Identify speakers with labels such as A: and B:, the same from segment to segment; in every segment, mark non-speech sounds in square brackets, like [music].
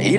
A: 咦，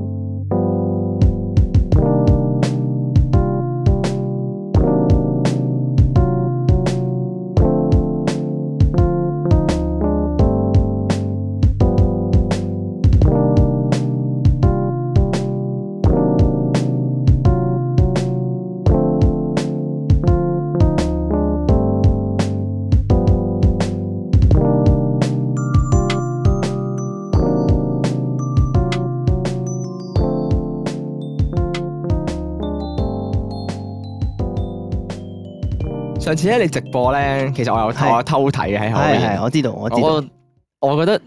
B: 上次咧你直播咧，其實我有偷
C: 係
B: 我有偷睇嘅喺後
C: 係係，
B: 面。
C: 我知道，我知道
B: 我我覺得，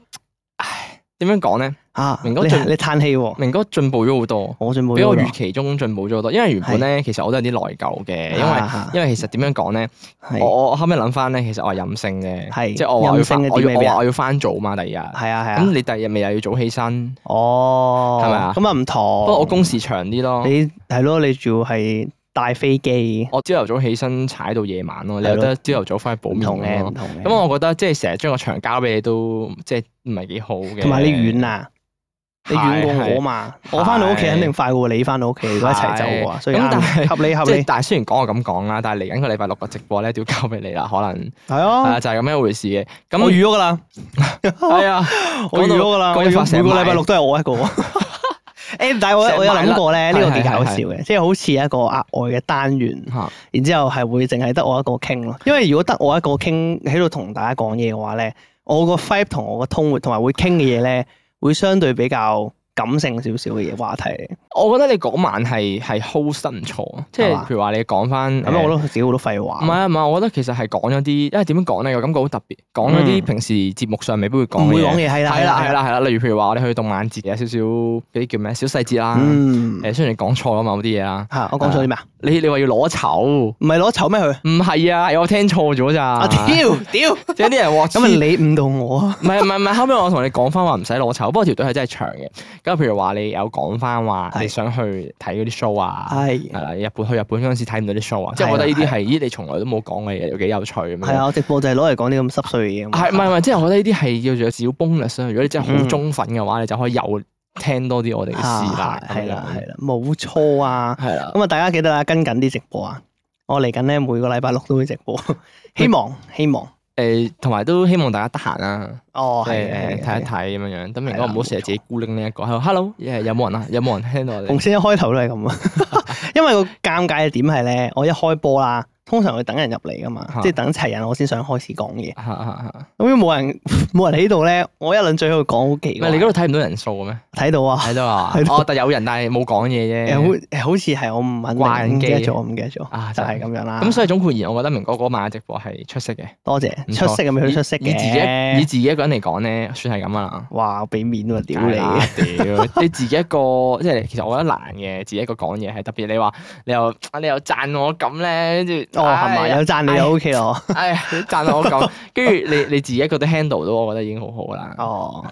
B: 唉，點樣講咧？
C: 啊，你
B: 明哥最
C: 你嘆氣喎，
B: 明哥進步咗好多，
C: 我進步
B: 比
C: 咗
B: 我
C: 好
B: 預期中進步咗好多。因為原本咧，其實我都有啲內疚嘅，因為
C: 為
B: 因為其實點樣講咧，我
C: 啊係
B: 我我後尾諗翻咧，其實我係任性嘅，
C: 係
B: 即係我話我要
C: 任性
B: 翻，
C: 嘅
B: 我
C: 點
B: 要
C: 嚟
B: 我
C: 嘅
B: 話我要翻早嘛，第二日。
C: 係啊係
B: 咁
C: 啊，
B: 你第二日咪又要早起身，
C: 哦，
B: 係咪啊
C: 咁啊唔同，
B: 不過我工時長啲咯。
C: 你係咯，你仲要係帶飛機，
B: 我朝頭早起身踩到夜晚咯，你
C: 係
B: 有
C: 咯
B: 得朝頭早翻去補
C: 唔
B: 眠
C: 同啊嘅
B: 咯
C: 唔。同嘅。
B: 咁我覺得即係成日將個場交俾你都即係唔係幾好嘅。
C: 同埋你遠啊，你遠過我
B: 嘛。
C: 嘛，我翻到屋企肯定快過你翻到屋企，如果一齊走嘅話，
B: 係
C: 所以
B: 咁但
C: 啱
B: 係
C: 合理合
B: 即係
C: 理，
B: 但係雖然講我咁講啦，但係嚟緊個禮拜六個直播咧都要交俾你啦，可能
C: 係
B: 係
C: 啊
B: 啊，，就係咁樣一回事嘅。
C: 我
B: 咁
C: 預咗噶啦，
B: 係啊，
C: 我預咗噶啦，
B: 講到
C: 我預
B: 講到發
C: 咗
B: 成
C: 每個禮拜
B: 晚
C: 六都係我一個。 [laughs] 誒，但係我
B: 成
C: 我有
B: 晚
C: 諗過咧，呢個
B: 係係
C: 幾搞笑
B: 係
C: 嘅，即係好似一個額外嘅單元，
B: 嚇
C: 然之後係會淨係得我一個傾咯。因為如果得我一個傾喺度同大家講嘢嘅話咧，我個 five 同我個通活同埋會傾嘅嘢咧，會相對比較感性少少嘅嘢話題嚟。
B: 我覺得你嗰晚係係 host 得唔錯，啊即係
C: 係嘛
B: 譬如話你講翻
C: 咁我都自己好多廢
B: 唔係
C: 話，
B: 啊，唔係啊，我覺得其實係講咗啲，因為點樣講咧，我感覺好特別，講咗啲
C: 嗯
B: 平時節目上未必會講
C: 唔
B: 嘅
C: 會講
B: 嘢。
C: 嘢係啦，
B: 係啦係，啦係啦，例如譬如話我哋去動漫節有啊少少嗰啲叫咩小細節啦，
C: 嗯
B: 誒雖然你講錯咗某啲嘢啦，
C: 嚇，我講錯啲咩啊？
B: 你你話要攞籌，唔
C: 唔係攞籌咩佢？
B: 係啊，我聽錯咗
C: 啊
B: 咋，
C: 屌 [laughs] 屌，
B: 即係啲人話
C: 咁咪你誤導我啊！
B: 唔係唔係唔係，後尾我同你講翻話唔使攞籌，不過條隊係真係長嘅。咁譬如話你有講翻話
C: 係
B: 你想去睇嗰啲 show 啊，
C: 係
B: 係啦，日本去日本嗰陣時睇唔到啲 show 啊，即係我覺得呢啲係咦你從來都冇講嘅嘢，有幾有趣咁樣
C: 係。啊，我直播就係攞嚟講啲咁濕碎嘅嘢啊嘛。
B: 係唔係唔係？即係我覺得呢啲係叫做小 bonus 啊啦。如果你真
C: 嗯
B: 係好忠粉嘅話，你就可以又聽多啲我哋嘅事啦。咁
C: 啊係
B: 樣
C: 啦，係啦，冇錯啊！
B: 係啦。
C: 咁啊，大家記得啦，跟緊啲直播啊！我嚟緊咧，每個禮拜六都會直播， [laughs] 希望希望
B: 誒，同埋都希望大家得閒啊啦，
C: 哦，
B: 即
C: 係
B: 係誒
C: 係係
B: 睇一睇咁樣樣。咁明
C: 係
B: 哥
C: 啦
B: 唔好成日
C: 冇錯
B: 自己孤零零一個喺度。Hello，誒有冇人啊？有冇人聽到我
C: [laughs] 紅
B: 哋？
C: 先一開頭都係咁啊，
B: [laughs]
C: [laughs] 因為個尷尬嘅點係咧，我一開波啦，通常會等人入嚟噶嘛，
B: 嚇
C: 即係等齊人我先想開始講嘢。
B: 嚇嚇嚇！
C: 咁樣冇人 [laughs] 冇人喺度咧，我一輪嘴喺度講好
B: 唔
C: 奇怪
B: 係你嗰度睇唔到人數嘅
C: [laughs]
B: 咩？
C: 睇到啊？
B: 睇到啊
C: 喺！度
B: 哦，但有人，但係冇講嘢
C: 誒好
B: 啫。
C: 誒好似係我唔
B: 掛緊
C: 肯定，唔記
B: 機
C: 得咗，唔記得咗，
B: 啊
C: 就係咁樣啦。
B: 咁所以總括而言，我覺得明哥嗰晚嘅直播係出色嘅，
C: 多謝
B: 唔錯
C: 出色咁樣出色
B: 以以自己以
C: 嘅，
B: 自己一個人嚟講咧，算係咁啊啦。
C: 哇俾面喎屌
B: 梗係啦
C: 你！
B: 屌！你自己一個，即係其實我覺得難嘅，自己一個講嘢係特別。你話你又啊你又讚我咁咧，跟住
C: 哦係咪有讚你就 O
B: [laughs]
C: K 咯？
B: 哎呀你讚我咁，跟住你你自己一個都 handle 到，我覺得已經好好啦。
C: 哦，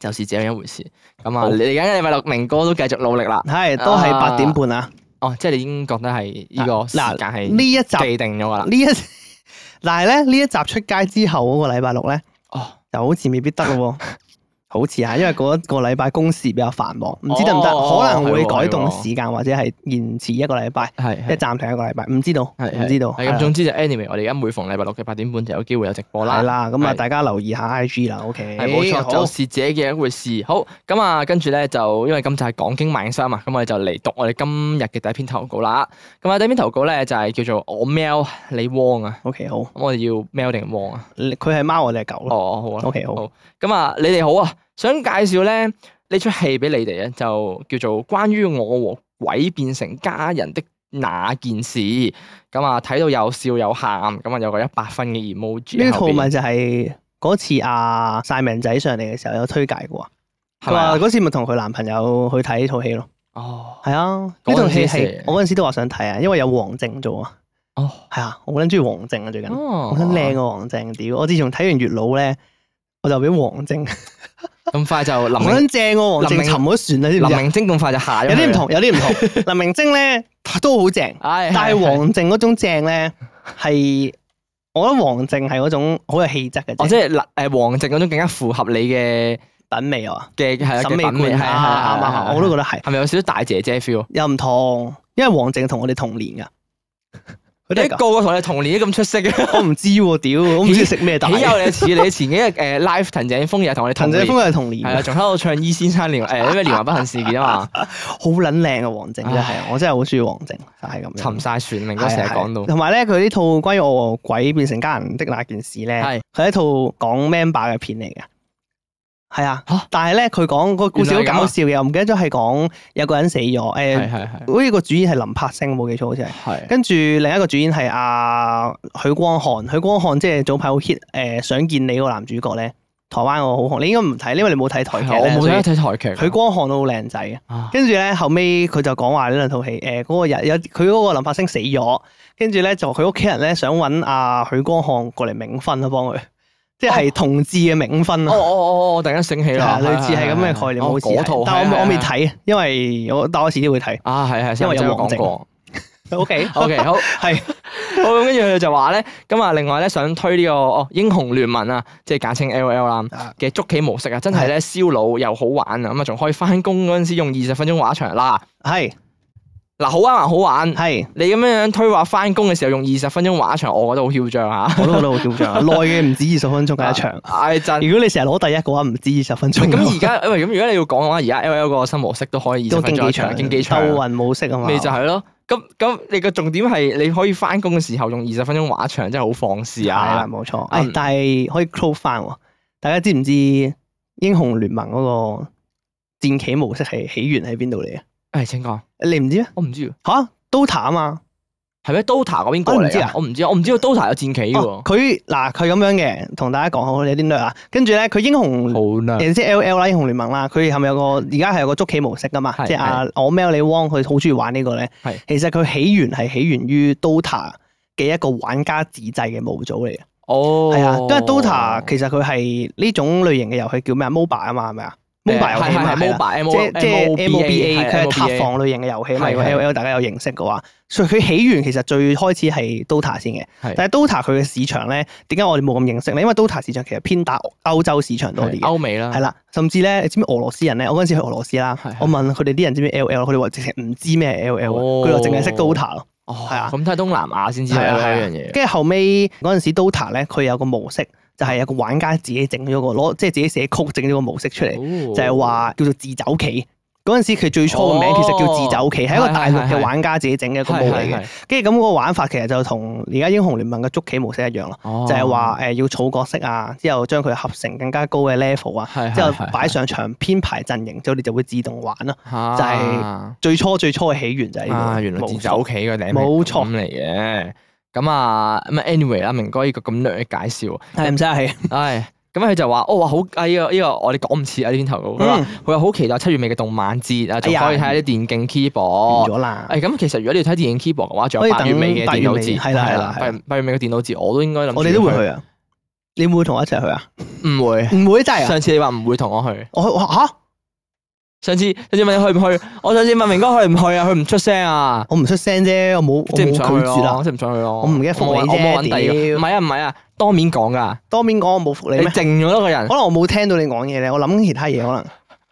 B: 就是這樣一回事。咁啊，你嚟緊禮拜六明哥都繼續努力啦。
C: 係都係八點半啊！
B: 哦，即係你已經覺得係呢個時間係
C: 呢一集
B: 既定咗噶啦。
C: 呢一， [laughs] 但係咧呢一集出街之後嗰個禮拜六咧，
B: 哦，
C: 就好似未必得咯喎。
B: [laughs]
C: 好似啊，因為嗰一個禮拜公事比較繁忙，唔知得唔得？
B: 哦
C: 可能會
B: 係喎
C: 改動
B: 係喎
C: 時間或者係延遲一個禮拜，
B: 係
C: 即係暫停一個禮拜，唔知道，
B: 係
C: 唔知道。
B: 係
C: 係啦
B: 咁，總之就 anyway，我哋而家每逢禮拜六嘅八點半就有機會有直播啦
C: 係。啦，咁啊，
B: 係
C: 大家留意下 I G 啦，OK，
B: 係冇錯，
C: 好
B: 就是這嘅一回事。好，咁啊，跟住咧就因為今集係講經萬應室啊嘛，咁我哋就嚟讀我哋今日嘅第一篇投稿啦。咁啊，第一篇投稿咧就係叫做我喵你汪啊。
C: ，OK，好，
B: 咁我哋要喵定汪啊？
C: 你佢係貓，我哋係狗咯
B: 哦，好啊。
C: ，OK，好
B: 好，咁啊，你哋好啊，想介紹咧呢出戲俾你哋咧，就叫做《關於我和鬼變成家人的那件事》。咁啊，睇到有笑有喊，咁啊有個一百分嘅 emoji
C: 呢
B: 喺
C: 套
B: 後邊。
C: 咪就係嗰次阿晒命仔上嚟嘅時候有推介過啊，佢
B: 係咪啊
C: 話嗰次咪同佢男朋友去睇呢套戲咯。
B: 哦
C: 係啊，呢
B: 嗰
C: 套
B: 陣時
C: 戲
B: 寫
C: 係我嗰陣時都話想睇啊，因為有王靜做啊。
B: 哦
C: 係啊，我好撚中意王靜啊，最近好
B: 哦，
C: 撚靚啊個王靜，屌！我自從睇完月老咧，我就俾王靜，
B: 咁快就林
C: 好
B: 明
C: 撚正個王
B: 林
C: 靜
B: 明
C: 沉咗船啦，知唔知
B: 林
C: 啊？
B: 明哎晶咁快就下咗，
C: 有啲唔，同，有啲唔同。
B: [laughs]
C: 林
B: 哎
C: 明晶咧都好正，
B: 唉，哎
C: 但係王靜嗰種正咧係我覺得王靜係嗰種好有氣質嘅
B: 哦，
C: 啫，
B: 即係诶王靜嗰種更加符合你嘅
C: 品味啊，
B: 嘅係啊
C: 審
B: 嘅
C: 美
B: 品味，
C: 觀
B: 係
C: 啊，
B: 係係
C: 啱
B: 係
C: 啱，我都覺得係
B: 係咪有少少大姐姐 feel？
C: 又唔同，因為王靜同我哋同年噶，佢
B: 你
C: 哋係咁
B: 個個同你童年都咁出色嘅，
C: 我唔知喎，屌，我唔知食
B: [laughs]
C: 咩大
B: 豈。有你似你前幾日誒 live 藤井風又係同我哋同
C: 陳
B: 年
C: 振，峰係同年
B: 係，啊，仲喺度唱伊先生連誒，因為連環不幸事件啊
C: [laughs]
B: 嘛，
C: 好撚靚嘅王靜真
B: 唉
C: 係，我真係好中意王靜，就係咁樣。
B: 沉晒船，明哥
C: 係
B: 成日
C: 係
B: 講到，
C: 同埋咧，佢呢套關於我和鬼變成家人的那件事咧，
B: 係
C: 佢係一套講 member 嘅片嚟嘅，係啊
B: 嚇。
C: 但係咧，佢講個故事好
B: 原來係咁啊
C: 搞笑嘅，我唔記得咗係講有個人死咗，
B: 係係
C: 誒，
B: 係
C: 好似個主演係林柏星，冇記錯好似係。
B: 係
C: 跟住另一個主演係阿許光漢，許光漢即係早排好 hit 誒想見你嗰個男主角咧，台灣我好紅，你應該唔睇，因為你冇睇台劇
B: 哦係我冇睇
C: 咧。所以
B: 睇台劇，
C: 許光漢都好靚仔嘅。
B: 啊
C: 跟住咧，後尾佢就講話呢兩套戲，誒、嗰、個人有佢嗰個林柏星死咗，跟住咧就佢屋企人咧想揾阿、許光漢過嚟冥婚啦，幫佢， [laughs] 即係同志嘅冥婚
B: 哦
C: 啊，
B: 哦哦，我突然間醒起
C: 係
B: 啦
C: 啊，，類似係咁嘅概念，
B: 哦
C: 好似
B: 嗰套
C: 係，，但
B: 係
C: 我我未。
B: 係係
C: 睇，因為我但我遲啲會睇。
B: 啊，係係，
C: 因為有
B: 我
C: 王
B: 講
C: 靜
B: 過。
C: O K
B: [laughs] O K，好，好
C: [laughs] 係
B: 咁跟住佢就話咧，咁啊，另外咧想推呢個哦英雄聯盟啊，即係簡稱 L O L 啦
C: 啊
B: 嘅捉棋模式啊，真係咧燒腦又好玩啊，咁啊仲可以翻工嗰陣時用二十分鐘畫一場啦。
C: 係
B: 嗱，好玩啊還好玩，
C: 係，
B: 你咁樣樣推話翻工嘅時候用二十分鐘畫一場，我覺得好囂張
C: [laughs]
B: 嚇。
C: 我都覺得好
B: [laughs]
C: 囂張啊，耐嘅唔止二十分鐘嘅一場。
B: 唉真。
C: 如果你成日攞第一嘅話，唔止二十分鐘。
B: 啊咁而家因為咁，如果你要講嘅話，而家 L L 個新模式都可以二
C: 都
B: 十分
C: 競
B: 鐘一
C: 技
B: 場，
C: 場，
B: 競技場
C: 鬥雲模式啊嘛，
B: 咪就係咯。咁咁，你個重點係你可以翻工嘅時候用二十分鐘畫一場，真係好放肆
C: 係啦，
B: 啊！
C: 冇錯。
B: 嗯
C: 誒，但係可以 close 翻喎。大家知唔知英雄聯盟嗰個戰棋模式係起源喺邊度嚟啊？
B: 誒，請講，
C: 你唔知咩？
B: 我唔知喎，
C: 吓 Dota 啊嘛，
B: 係咩？Dota 嗰邊過
C: 我唔知
B: 嚟
C: 啊
B: 啊？我唔知，我唔知道 Dota 有戰棋
C: 哦
B: 喎。
C: 佢嗱佢咁樣嘅，同大家講好有啲略啊。跟住咧，佢英雄
B: 好啦，
C: 誒即係 L L 啦，英雄聯盟啦，佢係咪有個而家係有個捉棋模式噶嘛？
B: 係
C: 即係阿我 Mel 李汪佢好中意玩呢個咧
B: 係。
C: 其實佢起源係起源於 Dota 嘅一個玩家自製嘅模組嚟嘅。
B: 哦，
C: 係啊，因為 Dota 其實佢係呢種類型嘅遊戲叫咩啊？MOBA 啊嘛，係咪啊？MOBA 遊戲啊嘛，係啦
B: MOBA，
C: 即係即係
B: 啊
C: MOBA，佢係塔
B: 塔
C: 防類型嘅遊戲啊嘛。
B: 係
C: 如果
B: 係
C: LL 大家有認識嘅話，所以佢起源其實最開始係 Dota 先嘅
B: 係。
C: 但係 Dota 佢嘅市場咧，點解我哋冇咁認識咧？因為 Dota 市場其實偏打歐洲市場多啲嘅。
B: 歐美啦，
C: 係啦，甚至咧，你知唔知俄羅斯人咧？我嗰陣時去俄羅斯啦
B: 啊係係，
C: 我問佢哋啲人知唔知 LL，佢哋話直情唔知咩係 LL，啊
B: 哦
C: 佢哋淨係識 Dota 咯。
B: 哦，
C: 係啊
B: 咁都係東南亞先知有
C: 係啊係啊
B: 呢樣嘢。
C: 跟住後尾嗰陣時 Dota 咧，佢有個模式就係、有個玩家自己整咗個攞，即係自己寫曲整咗個模式出嚟，
B: 就
C: 就係話叫做自走棋。嗰陣時佢最初個名
B: 哦
C: 其實叫自走棋，係、一個大陸
B: 係係係
C: 嘅玩家自己整嘅一個模嚟嘅。
B: 嘅，
C: 跟住咁個玩法其實就同而家英雄聯盟嘅捉棋模式一樣咯，
B: 就
C: 就係話誒要儲角色啊，之後將佢合成更加高嘅 level 啊，
B: 係
C: 之後擺上場編排陣型，之後你就會自動玩咯。就係最初最初嘅起源就係呢個
B: 啊，原來
C: 模
B: 自
C: 式
B: 走棋嘅名
C: 冇錯
B: 咁嚟嘅。咁啊，咁啊，anyway 啦，明哥呢個咁略嘅介紹，
C: 係唔使客氣。
B: 唉，咁佢就話，哦，哇，好，哎呀，呢個我哋講唔切啊，呢篇投稿，佢話
C: 嗯
B: 佢話好期待七月尾嘅動漫節啊，仲
C: 哎呀
B: 可以睇下啲電競
C: 完
B: keyboard。
C: 咗啦。
B: 誒咁，其實如果你要睇電競 keyboard 嘅話，仲有
C: 可
B: 八
C: 以
B: 月
C: 等
B: 尾嘅
C: 八
B: 電
C: 月
B: 腦
C: 尾
B: 節，
C: 係啦係啦
B: 八
C: 係
B: 月八月尾嘅電腦節，我都應該諗。
C: 我哋都會去，啊。你會唔會同我一齊去
B: [laughs]
C: 啊？
B: 唔會？
C: 唔會真係啊！
B: 上次你話唔會同我去，
C: 我我嚇，
B: 上次上次問你去唔去，我上次問明哥去唔去啊，佢唔出聲啊。
C: 我唔出聲啫，我冇我
B: 即係
C: 冇
B: 唔想去
C: 拒絕
B: 咯，
C: 啊。
B: 即係唔想去咯。
C: 我唔記得覆
B: 我
C: 你
B: 冇我冇
C: 啫
B: 揾第二個唔係啊，唔係啊，當面講噶。
C: 當面講我冇服
B: 你
C: 你咩？哦
B: 靜咗咯個人
C: [laughs] 可。能我冇聽到你講嘢咧，我諗其他嘢可能。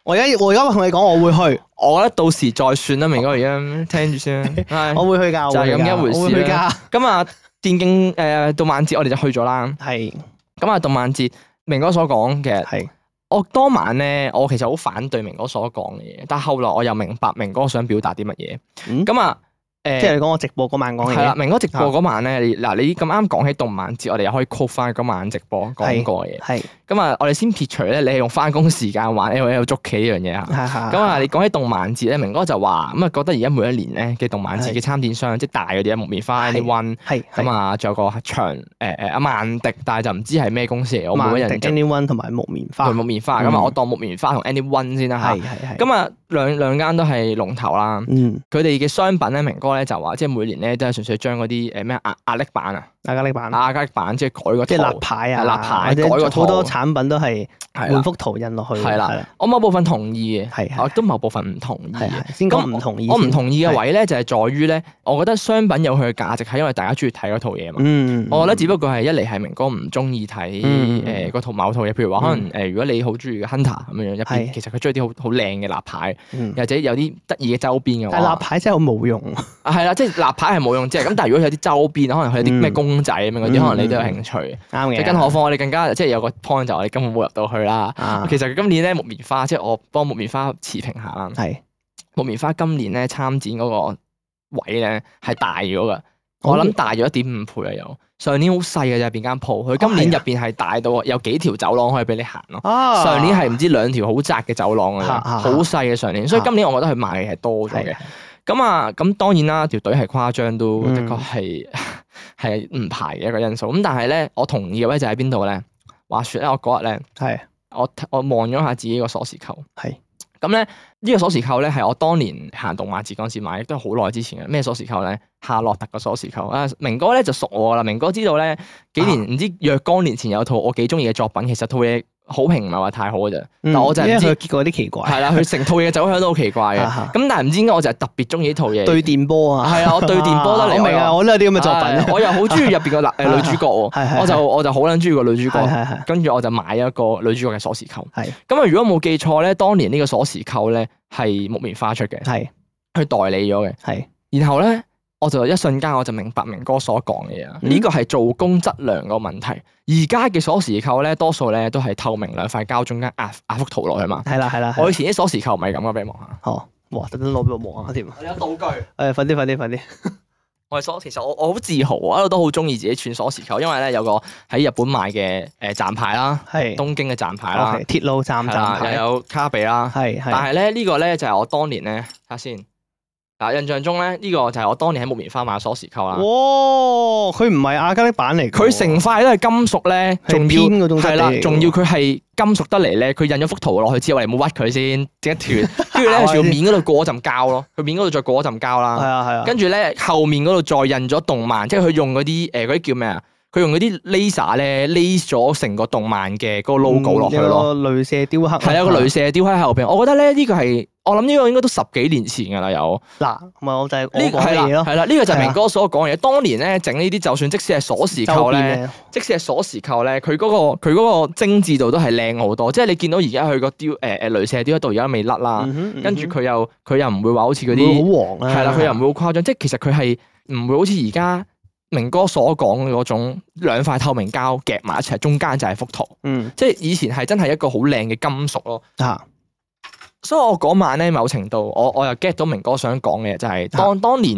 C: 我而家我而家同你講，我會去，
B: 我覺得到時再算啦，明哥而家聽住先。
C: [laughs]
B: 係
C: 我會去㗎，
B: 哎就係咁
C: 我會
B: 一回
C: 去㗎
B: 事啦
C: 我會去㗎，
B: 咁啊，電競誒動漫節我哋就去咗啦。
C: 係
B: 咁啊，動漫節明哥所講嘅，
C: 係
B: 我當晚咧，我其實好反對明哥所講嘅嘢，但係後來我又明白明哥想表達啲乜嘢。
C: 嗯
B: 咁啊，誒
C: 即係你講我直播嗰晚講嘅啊
B: 係啦，
C: 嘢，
B: 明哥直播嗰晚咧，你嗱你咁啱講起動漫節，我哋又可以 call 翻嗰晚直播講
C: 係
B: 過嘅嘢。
C: 係
B: 咁啊，我哋先撇除咧，你係用翻工時間玩 L O L 捉棋呢樣嘢啊。
C: 係係
B: 咁啊，你講起動漫節咧，明哥就話咁啊，覺得而家每一年咧嘅動漫節嘅
C: 係
B: 參展商，即係大嗰啲啊，木棉花、
C: 係
B: Anyone
C: 係
B: 咁
C: 啊，
B: 啊，仲有個長誒誒阿曼迪，但係就唔知係咩公司嚟，我冇乜
C: 萬
B: 印
C: 迪
B: 象。
C: Anyone 同埋木棉花
B: 對，木棉花咁啊，
C: 嗯
B: 我當木棉花同 Anyone 先啦
C: 係
B: 嚇。
C: 係係
B: 咁啊，兩兩間都係龍頭啦。
C: 嗯
B: 呃佢哋嘅商品咧，明哥咧就話，即係每年咧都係純粹將嗰啲誒咩壓壓力版啊，
C: 亞加力版，
B: 亞加力版即係改個
C: 嗯即係
B: 係
C: 立牌啊，
B: 係立牌
C: 或者
B: 改個圖
C: 好多產品都係
B: 係
C: 換
B: 啦，
C: 幅圖印落去，
B: 係啦
C: 係
B: 我某部分同意嘅，
C: 係
B: 我
C: 係
B: 都某部分唔同意嘅。
C: 係先
B: 咁
C: 講唔同意先，
B: 我唔同意嘅位咧，就係在於咧，我覺得商品有佢嘅價值，係因為大家中意睇嗰套嘢嘛。
C: 嗯，嗯，
B: 我覺得只不過係一嚟係明哥唔中意睇呃
C: 嗯嗯
B: 誒嗰套某套嘢，譬如話可能呃誒，如果你好中意嘅 Hunter 咁樣樣，入邊
C: 係
B: 其實佢中意啲好好靚嘅立牌，
C: 嗯，
B: 或者有啲得意嘅周邊嘅
C: 但係立
B: 話，
C: 牌真係好冇用，
B: 啊係啦，即係立牌係冇用啫。咁但係如果有啲周邊，可能佢有啲咩
C: 嗯
B: 公仔咁樣嗰啲，
C: 嗯
B: 可能你都有興趣。
C: 啱
B: 即
C: 嘅，
B: 更何況我哋更加即係有個 point 就係我哋根本冇入到去啦。
C: 啊，
B: 其實今年咧木棉花，即係我幫木棉花持平下啦。
C: 係，
B: 木棉花今年咧參展嗰個位咧係大咗噶，我
C: 哦
B: 諗大咗一點五倍啊！有上年好細嘅就入邊間鋪，佢今年入
C: 係啊
B: 邊係大到有幾條走廊可以俾你行咯。
C: 啊，
B: 上年係唔知兩條好窄嘅走廊啊，
C: 嚇嚇
B: 好細嘅上年，所以
C: 嚇
B: 今年我覺得佢賣嘅係多咗嘅
C: 係。
B: 咁啊，咁當然啦，條隊係誇張都
C: 嗯
B: 的確係 [laughs] 係唔排嘅一個因素。咁但係咧，我同意嘅位就喺邊度咧？話説咧，我嗰日咧。
C: 係
B: 我我望咗下自己個鎖匙扣，
C: 係
B: 咁咧呢個鎖匙扣咧係我當年行動漫節嗰陣時買，亦都係好耐之前嘅。咩鎖匙扣咧？夏洛特個鎖匙扣啊！明哥咧就熟我啦，明哥知道咧幾
C: 啊
B: 年唔、知若干年前有套我幾中意嘅作品，其實套嘢好評唔係話太好嘅啫，但
C: 嗯
B: 我就係
C: 因
B: 唔
C: 為
B: 知
C: 佢結果有啲奇怪，
B: 係啦，佢成套嘢走向都好奇怪嘅。
C: 啊
B: 咁但係唔知點解我就係特別中意呢套嘢，
C: 對電波
B: [laughs]
C: 啊，
B: 係啊，我對電波得嚟，
C: [laughs] 我明啊，
B: 又
C: 我都有啲咁嘅作
B: 係
C: 品，
B: 我又好中意入邊
C: [laughs]
B: 個男誒女主角喎，
C: 係係
B: 我就我就好撚中意個女主角
C: 係。係係
B: 跟住我就買咗一個女主角嘅鎖匙扣。
C: 係
B: 咁啊，如果冇記錯咧，當年呢個鎖匙扣咧係木棉花出嘅，
C: 係
B: 佢代理咗嘅。
C: 係
B: 然後咧，我就一瞬間我就明白明哥所講嘅嘢啦。
C: 嗯
B: 呢個係做工質量個問題。而家嘅鎖匙扣咧，多數咧都係透明兩塊膠中間壓壓幅圖落去嘛。
C: 係啦係啦，
B: 我以前啲鎖匙扣唔係咁嘅，俾你望下。
C: 哦，哇，特登攞俾我望下添，
B: 我有道具。
C: 誒，快啲快啲快啲，
B: 我係鎖，其實我我好自豪，啊我一路都好中意自己串鎖匙扣，因為咧有個喺日本買嘅誒站牌啦，
C: 係。
B: 東京嘅站牌啦
C: O，K，鐵路站
B: 係
C: 站
B: 啦，
C: 牌
B: 又有卡比啦。
C: 係
B: 但
C: 係
B: 係咧呢個咧就係我當年咧睇下先嗱，印象中咧呢個就係我當年喺木棉花買嘅鎖匙扣
C: 哇，
B: 啦。
C: 哦佢唔係亞加力版嚟㗎喎，
B: 佢成塊都係金屬咧，
C: 係
B: 仲要
C: 偏嗰種質
B: 係
C: 地
B: 啦
C: 嚟，㗎
B: 仲要佢係金屬得嚟咧，佢印咗幅圖落去之後，你唔好屈佢先，整一
C: [laughs]
B: 斷，跟住咧
C: 咬下
B: 條
C: 先
B: 面嗰度過咗陣膠咯，佢面嗰度再過咗陣膠
C: 係
B: 啦，
C: 啊係啊，
B: 跟住咧後面嗰度再印咗動漫，即係佢用嗰啲誒嗰啲叫咩啊？佢用嗰啲 laser 咧 laser 咗成個動漫嘅嗰個 logo 落去咯。
C: 嗯，有個鐳射雕刻
B: 係啊，有個雷射雕喺後邊。我覺得咧呢個係我諗呢個應該都十幾年前㗎啦，有
C: 嗱，啊咪我就係我
B: 呢個
C: 講
B: 係
C: 嘅
B: 啦，
C: 嘢咯，
B: 係啦，呢個就係
C: 係啊
B: 明哥所講嘅嘢。當年咧整呢啲，就算即使係鎖匙
C: 周
B: 扣
C: 邊啊
B: 咧，
C: 嘅，嗯
B: 即使係鎖匙扣咧，佢嗰個佢嗰個精緻度都係靚好多。即係你見到而家佢個雕誒誒雷射雕到而家未甩啦，
C: 嗯哼
B: 啊跟住
C: 嗯哼
B: 佢又佢又唔會話好似嗰啲
C: 唔會好黃啊，
B: 係啦，佢又唔會好誇張。即係其實佢係唔會好似而家。明哥所講嘅嗰種兩塊透明膠夾埋一齊，中間就係幅圖，
C: 嗯啊
B: 即係以前係真係一個好靚嘅金屬咯。
C: 嚇
B: 所以我嗰晚咧，某程度我我又 get 到明哥想講嘅，就係當當年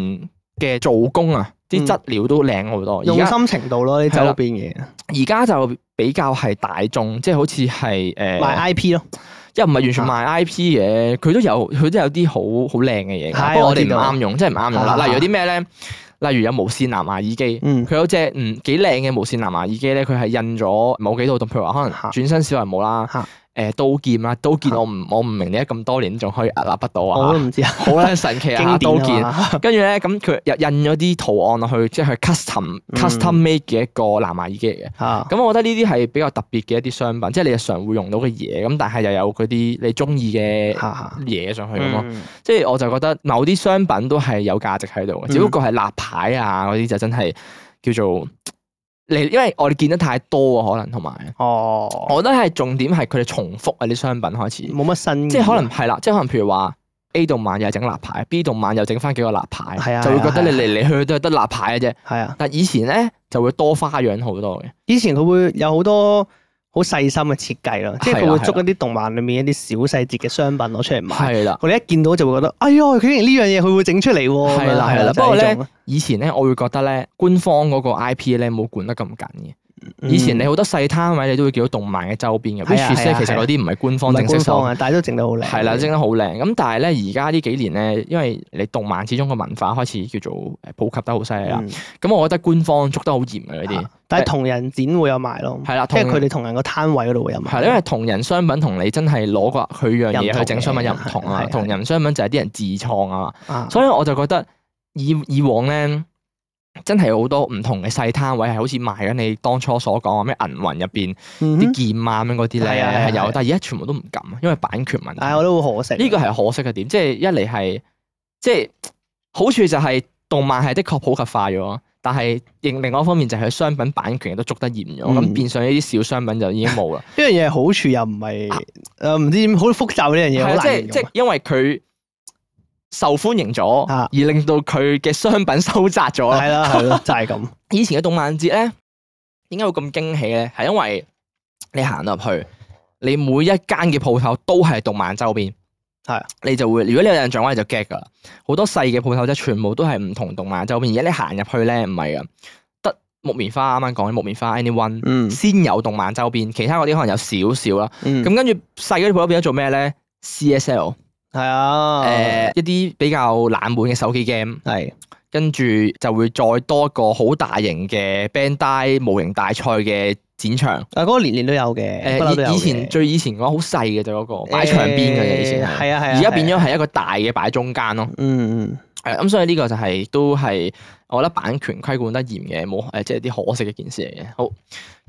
B: 嘅做工啊，啲
C: 啊嗯
B: 質料都靚好多。而
C: 用
B: 家
C: 心程度咯，呢周
B: 係啦
C: 邊嘢
B: 而家就比較係大眾，即係好似係啊誒，
C: 賣 I P 啊咯，
B: 又唔係完全賣 I P 嘅，佢都有佢都有啲好好靚嘅嘢㗎。
C: 係
B: 不過我
C: 我
B: 哋
C: 知
B: 唔
C: 道
B: 啱用，真係唔啱用啦。
C: 啊
B: 例如有啲咩咧？例如有無線藍牙耳機。
C: 嗯
B: 佢有隻嗯幾靚嘅無線藍牙耳機咧，佢係印咗某幾套動，譬如話可能
C: 嚇
B: 轉身小人舞啦
C: 嚇，
B: 誒刀劍啦，刀劍
C: 嚇
B: 我唔 [laughs] 我唔明點解咁多年仲可以屹立不倒啊！
C: 我都唔知啊，
B: [laughs] 好啦，神奇啊，
C: [laughs] 經
B: 刀
C: 典
B: 劍。
C: 啊嘛
B: 跟住咧，咁佢又印咗啲圖案落去，即係佢 custom
C: 嗯
B: custom make 嘅一個藍牙耳機嚟嘅。
C: 嚇，
B: 咁我覺得呢啲係比較特別嘅一啲商品，即係你日常會用到嘅嘢，咁但係又有嗰啲你中意嘅
C: 嚇嚇
B: 嘢上去咁咯。
C: 嗯
B: 即係我就覺得某啲商品都係有價值喺度嘅，
C: 嗯
B: 只不過係立牌啊嗰啲就真係叫做你，因為我哋見得太多啊，可能同埋
C: 哦，
B: 我覺得係重點係佢哋重複啊啲商品開始。
C: 冇乜新意，
B: 即係可能係啦，即係可能譬如話 A 動漫又係整立牌，B 動漫又整翻幾個立牌，
C: 係啊
B: 就會覺得你
C: 係啊
B: 嚟嚟去去都係得立牌嘅啫。
C: 係啊。
B: 但以前咧就會多花樣好多嘅，
C: 以前佢會有好多好細心嘅設計咯，即係
B: 係啊
C: 佢會
B: 係啊
C: 捉一啲動漫裏面一啲小細節嘅商品攞出嚟賣。
B: 係啦。
C: 我哋一見到就會覺得，哎呀，佢竟然呢樣嘢佢會整出嚟喎。
B: 係啦
C: 咁樣
B: 係啦
C: 就係呢種
B: 以前咧我會覺得咧官方嗰個 I P 咧冇管得咁緊嘅。以前你好多細攤位你都會見到動漫嘅周邊嘅
C: 嗯係啊
B: ，which is 咧
C: 係啊
B: 其實
C: 係啊
B: 嗰啲唔係官
C: 唔
B: 方
C: 係
B: 正式
C: 官
B: 收
C: 方。啊，但係都整得好靚。
B: 係啦，整得好靚。咁但係咧，而家呢幾年咧，因為你動漫始終個文化開始叫做誒普及得好犀利啦。
C: 嗯啊
B: 咁我覺得官方捉得好嚴嘅呢啊啲，
C: 但係同人展會有賣咯，
B: 係啦，
C: 即係
B: 同
C: 佢哋同人個攤位嗰度會有賣。
B: 係啦因為同人商品同你真係攞個佢樣
C: 又唔
B: 嘢
C: 同
B: 去整商品又唔同啊
C: 係，係
B: 同人商品就係啲人自創啊嘛，
C: 啊
B: 所以我就覺得以以往咧真係好多唔同嘅細攤位係好似賣緊你當初所講話咩銀雲入邊
C: 嗯
B: 啲
C: 哼
B: 劍啊咁樣嗰啲
C: 係啊係啊
B: 咧係
C: 係
B: 有
C: 啊，
B: 但係而家全部都唔敢，因為版權問題。
C: 唉，我都好可惜。啊
B: 呢個係可惜嘅點，即係一嚟係即係好處就係動漫係的確普及化咗，但係另另外一方面就係佢商品版權都捉得嚴咗，咁、
C: 嗯
B: 變相呢啲小商品就已經
C: [laughs]
B: 冇啦。
C: 呢樣嘢好處又唔係誒唔知點，好複雜呢樣嘢，
B: 啊係
C: 好
B: 啊即
C: 難
B: 係
C: 形
B: 即
C: 容
B: 係因為佢受歡迎咗，
C: 啊
B: 而令到佢嘅商品收窄咗
C: 啊。
B: 啦。
C: 係啦係啦，就係
B: [laughs]
C: 咁。
B: 以前嘅動漫節咧，點解會咁驚喜咧？係因為你行入去，你每一間嘅鋪頭都係動漫周邊，
C: 係
B: 你就會，如果你有印象嘅話，你就 get 噶啦。好多細嘅鋪頭啫，全部都係唔同動漫周邊。而家你行入去咧，唔係噶，得木棉花啱啱講嘅木棉花 Anyone
C: 嗯
B: 先有動漫周邊，其他嗰啲可能有少少啦。
C: 嗯，
B: 咁跟住細嗰啲鋪頭變咗做咩咧？CSL 誒、
C: 係啊，
B: 一啲比較冷門嘅手機 game。
C: 係
B: 跟住就會再多一個好大型嘅 Bandai 模型大賽嘅展場。
C: 啊，嗰個年年都有嘅，不嬲都
B: 誒，
C: 有
B: 以以前
C: 嘅
B: 最以前嘅話好細嘅就嗰個擺場邊嘅啫，以前
C: 誒
B: 係。
C: 係啊係啊，
B: 而家變
C: 係啊
B: 咗係一個大嘅擺中間咯。
C: 嗯嗯
B: 係咁，所以呢個就係、都係我覺得版權規管得嚴嘅，冇誒，即係啲可惜嘅一件事嚟嘅。好，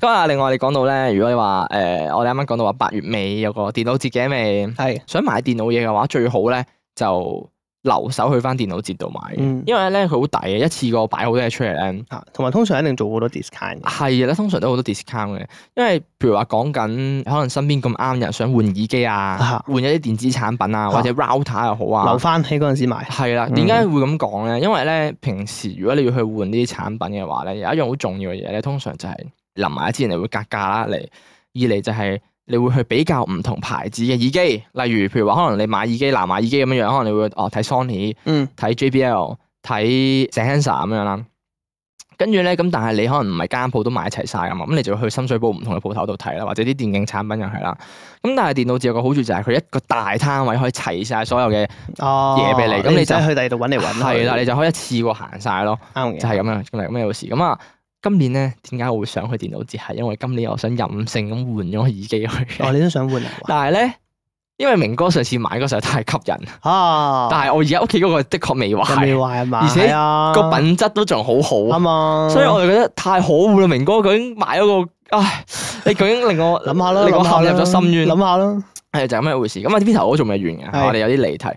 B: 咁啊，另外你講到咧，如果你話誒、我哋啱啱講到話八月尾有個電腦節嘅咪，
C: 係
B: 想買電腦嘢嘅話，最好咧就留手去翻電腦節度買嘅。
C: 嗯
B: 因為咧佢好抵嘅，一次過擺好多嘢出嚟咧，
C: 啊，同埋通常一定做好多 discount 嘅，
B: 係啦，通常都好多 discount 嘅，因為譬如話講緊可能身邊咁啱有人想換耳機啊
C: 啊，
B: 換一啲電子產品啊，
C: 啊
B: 或者 router 又好
C: 留
B: 啊，
C: 翻喺嗰陣時買。
B: 係啦。
C: 嗯
B: 點解會咁講咧？因為咧平時如果你要去換呢啲產品嘅話咧，有一樣好重要嘅嘢咧，通常就係臨買之前你會格價啦，嚟二嚟就係你會去比較唔同牌子嘅耳機，例如譬如話可能你買耳機藍牙耳機咁樣樣，可能你會哦睇 Sony。
C: 嗯
B: 睇 JBL、睇 Sennheiser 咁樣啦。跟住咧，咁但係你可能唔係間鋪都買齊晒噶嘛，咁你就要去深水埗唔同嘅鋪頭度睇啦，或者啲電競產品又係啦。咁但係電腦節有個好處就係佢一個大攤位可以齊晒所有嘅
C: 哦，
B: 嘢俾你咁你
C: 唔使
B: 就
C: 去第二度揾嚟揾去。
B: 係啦，你就可以一次過行晒咯，
C: 啱
B: 就
C: 嘅，
B: 係咁樣，咁嚟咁有事咁啊。今年咧點解我會想去電腦節？係因為今年我想任性咁換咗個耳機去。
C: [laughs] 哦，你都想換啊？
B: 但係咧，因為明哥上次買嗰時候太吸引，
C: 啊，
B: 但係我而家屋企嗰個的確未
C: 人
B: 壞
C: 未。壞啊嘛，
B: 而且
C: 係啊
B: 個品質都仲好好，
C: 啱啊，
B: 所以我就覺得太可惡啦！明哥究竟買咗個，唉，你究竟令我
C: 諗下啦，
B: 令我
C: 諗下
B: 陷
C: 啦
B: 入咗深淵。
C: 諗下啦，
B: 係就係咁樣一回事。咁啊，呢頭都仲未完嘅，
C: 係
B: 我哋有啲離題。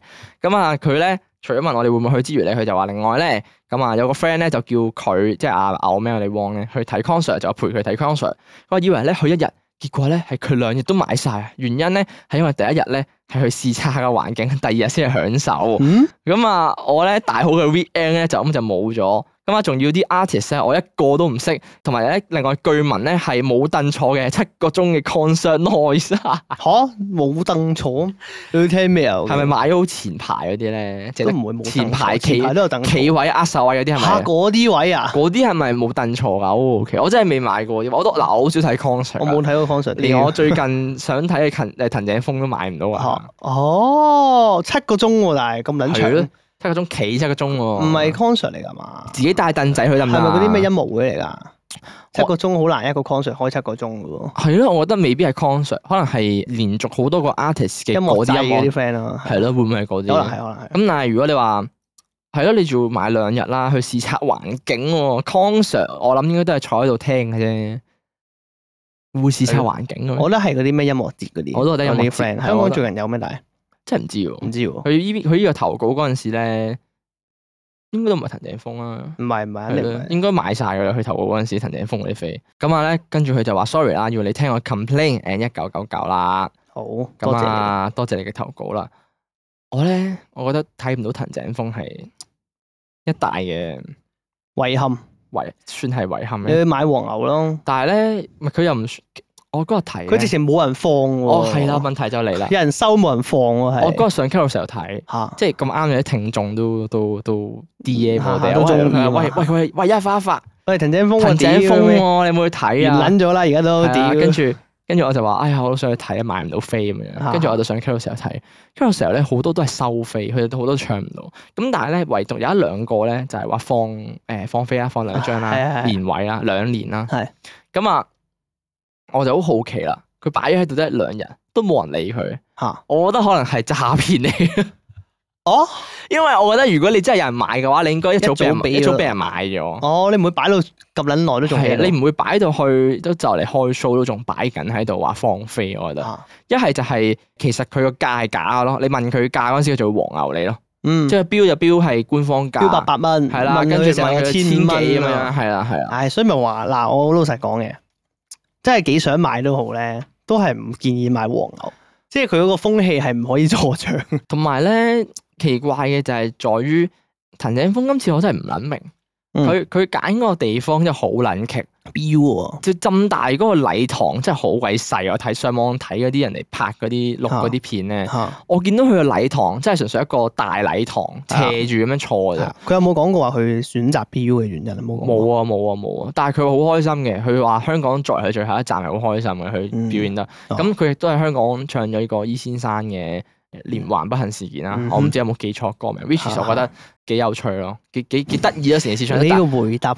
B: 咁啊，佢咧除咗問我哋會唔會去之餘咧，佢就話另外咧，咁啊有個 friend 咧就叫佢即係阿牛咩李汪咧去睇 concert，就陪佢睇 concert。佢話以為咧去一日，結果咧係佢兩日都買晒。原因咧係因為第一日咧係去視察下個環境，第二日先係享受。
C: 嗯，
B: 咁啊，我咧大好嘅 weekend 咧就咁就冇咗。咁啊，仲要啲 artist 咧，我一個都唔識，同埋咧，另外據聞咧係冇凳坐嘅，七個鐘嘅 concert noise 啊，
C: 吓冇凳坐，你要聽咩啊？
B: 係咪買咗好前排嗰啲咧？即
C: 都
B: 係
C: 唔會冇凳坐
B: 前排企
C: 前排都有凳坐
B: 企位握手位嗰啲係
C: 吓
B: 咪？
C: 嗰啲位啊？
B: 嗰啲係咪冇凳坐㗎？O K，我真係未買過，我都嗱，我好少睇 concert，啊
C: 我冇，睇過 concert，
B: 連我最近 [laughs] 想睇嘅藤誒藤井風都買唔到啊
C: 嚇！哦，七個鐘喎，但係咁撚
B: 係咯
C: 長，，
B: 七個鐘企七個鐘喎，
C: 唔係 concert 嚟㗎嘛？
B: 自己帶凳仔去得唔
C: 係咪
B: 得啊？
C: 嗰啲咩音樂會嚟㗎？七個鐘好難一個 concert 開七個鐘㗎喎，
B: 係咯，我覺得未必係 concert，可能係連續好多個 artist 嘅
C: 音
B: 嗰
C: 樂祭
B: 啲音
C: 嗰
B: 樂，
C: 啲 friend 啊，
B: 係咯，會唔會係嗰
C: 可
B: 啲？
C: 能係可能係。
B: 咁但係如果你話係咯，你仲要買兩日啦，去視察環境喎，concert 我諗應該都係坐喺度聽嘅啫，會視察環境嘅咩？
C: 我覺得係嗰啲咩音樂節嗰啲，
B: 我都覺得音樂節
C: 有啲 friend。
B: 係
C: 香
B: 我
C: 港
B: 覺得
C: 最近有咩大？
B: 真係唔知喎。
C: 唔知喎，
B: 佢呢邊佢呢個投稿嗰陣時咧，應該都唔係藤井風啦。
C: 唔係唔係，肯
B: 係
C: 定唔
B: 咯，
C: 係。
B: 應該買晒㗎啦。佢投稿嗰陣時，藤井風嗰啲飛咁啊咧，跟住佢就話 sorry 啦，要你聽我 complain and 一九九九啦。
C: 好
B: 咁
C: 多謝
B: 啊，多謝你嘅投稿啦。我咧，我覺得睇唔到藤井風係一大嘅
C: 你，遺憾。
B: 遺，算係遺憾
C: 你
B: 嘅。
C: 去買黃牛咯，
B: 但係咧，唔係佢又唔算，我嗰日睇呢，
C: 佢直情冇人放喎。
B: 哦係啦，問題就嚟啦。
C: 有人收冇人放喎，係。
B: 我嗰日上 Carousel 睇，
C: 嚇
B: 即係咁啱有啲聽眾都都都 D M 我哋，
C: 啊都
B: 我係
C: 中意啊
B: 喂喂喂喂一發一發
C: 喂，藤井風啊，
B: 藤井
C: 屌
B: 風
C: 你
B: 喎，你有冇去睇
C: 完
B: 啊？
C: 撚咗啦，而家都
B: 係
C: 屌
B: 啊。跟住跟住我就話，哎呀，我都想去睇啊，買唔到飛咁樣。
C: 啊
B: 跟住我就上 Carousel 睇，Carousel 咧好多都係收飛，佢哋都好多都唱唔到。咁但係咧，唯獨有一兩個咧就係話放誒、放飛啦，放兩張
C: 啊係啊係
B: 啦
C: 啊，
B: 年位啦，兩年啦。
C: 係
B: 咁啊，我就好好奇啦，佢擺咗喺度得一兩日，都冇人理佢。
C: 嚇
B: 我覺得可能係詐騙嚟，
C: 哦，
B: [laughs] 因為我覺得如果你真係有人買嘅話，你應該一早俾人
C: 一早俾
B: 一早
C: 咗
B: 俾人買咗。
C: 哦，你唔會擺到咁撚耐都仲
B: 係
C: 喺
B: 啊
C: 度
B: 你唔會擺到去都就嚟開 show 都仲擺緊喺度話放飛，我覺得。
C: 啊
B: 一係就係其實佢個價係假嘅咯，你問佢價嗰陣時，佢就會黃牛你咯。
C: 嗯，
B: 即係標就標係官方價，
C: 標八百蚊，
B: 係啦，
C: 問
B: 跟住
C: 佢成
B: 問
C: 個
B: 佢
C: 千啊
B: 千
C: 幾
B: 幾
C: 咁
B: 咁樣，
C: 樣。
B: 係啦係啦，
C: 唉，所以咪話嗱，我好老實講嘅，真係幾想買都好咧，都係唔建議買黃牛，即係佢嗰個風氣係唔可以助長。 [laughs]
B: 同埋咧奇怪嘅就係在於藤井峰今次我真係唔撚明，
C: 嗯
B: 佢佢揀嗰個地方真係好撚劇，
C: 標喎，
B: 就浸大嗰個禮堂真係好鬼細，我睇上網睇嗰啲人哋拍嗰啲錄嗰
C: 啊
B: 啲片咧。
C: 嚇
B: 我見到佢個禮堂真係純粹一個大禮堂，
C: 啊
B: 斜住咁樣坐嘅啫。
C: 佢有冇講過話佢選擇標嘅原因？冇講過
B: 啊冇啊冇啊冇啊！但係佢好開心嘅，佢話香港作為佢最後一站係好開心嘅，
C: 嗯
B: 佢表現得。
C: 哦
B: 咁佢亦都喺香港唱咗呢個伊先生嘅《連環不幸事件》啦
C: 嗯。啊
B: 我唔知有冇記錯歌名，which is 我覺得幾有趣咯，幾幾幾得意咯，啊成件事唱得
C: 你
B: 得。
C: 呢
B: 唔
C: 個回答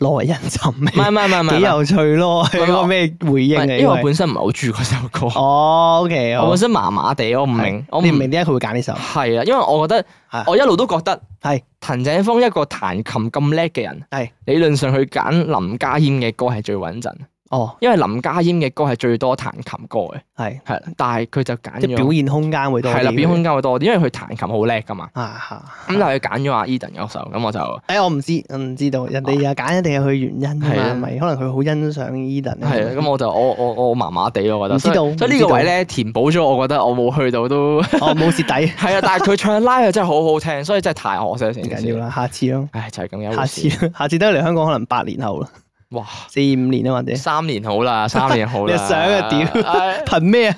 C: 好耐人尋
B: 係
C: 味，
B: 唔係唔係唔係
C: 幾有啊趣咯。
B: 係
C: 係一個咩回
B: 唔
C: 應
B: 係
C: 嚟？
B: 因為我本身唔係好中意嗰首歌，
C: 哦，OK，
B: 我
C: 好
B: 本身麻麻地，我唔明，我
C: 你唔明點解佢會揀呢首？
B: 係啊，因為我覺得
C: 係
B: 我一路都覺得
C: 係
B: 藤井峰一個彈琴咁叻嘅人，
C: 係
B: 理論上佢揀林家謙嘅歌係最穩陣，
C: 哦，
B: 因為林家謙嘅歌係最多彈琴歌嘅，
C: 係
B: 係啦，但係佢就揀
C: 即係表
B: 咗
C: 現空間會多啲。
B: 係啦，表空間會多啲，因為佢彈琴好叻噶嘛，
C: 啊嚇。
B: 咁但係佢揀咗阿 Eden 嗰首，咁我就。
C: 誒、哎我唔知，我唔知道，人哋又揀一定係佢原因
B: 係啊
C: 啊嘛，咪可能佢好欣賞 Eden 啊。
B: 係啊，咁我就我我我麻麻地咯，我覺得。
C: 唔知道
B: 所以所以呢
C: 唔知
B: 個
C: 道
B: 位咧填補咗，我覺得我冇去到
C: [laughs]
B: 都 [laughs]
C: 哦冇蝕底，
B: 係啊，但係佢唱 live 真係好好聽，所以真係太可惜啦成
C: 唔
B: 件
C: 緊要
B: 事。
C: 啦，下次咯，
B: 唉，就係咁樣。
C: 下次下次都嚟香港可能八年後啦，
B: 哇！
C: 四五年啦啊
B: [laughs]
C: 或者。
B: 三年好
C: [laughs]
B: 啦，三年好啦。
C: 你想啊屌
B: 唉
C: 憑咩啊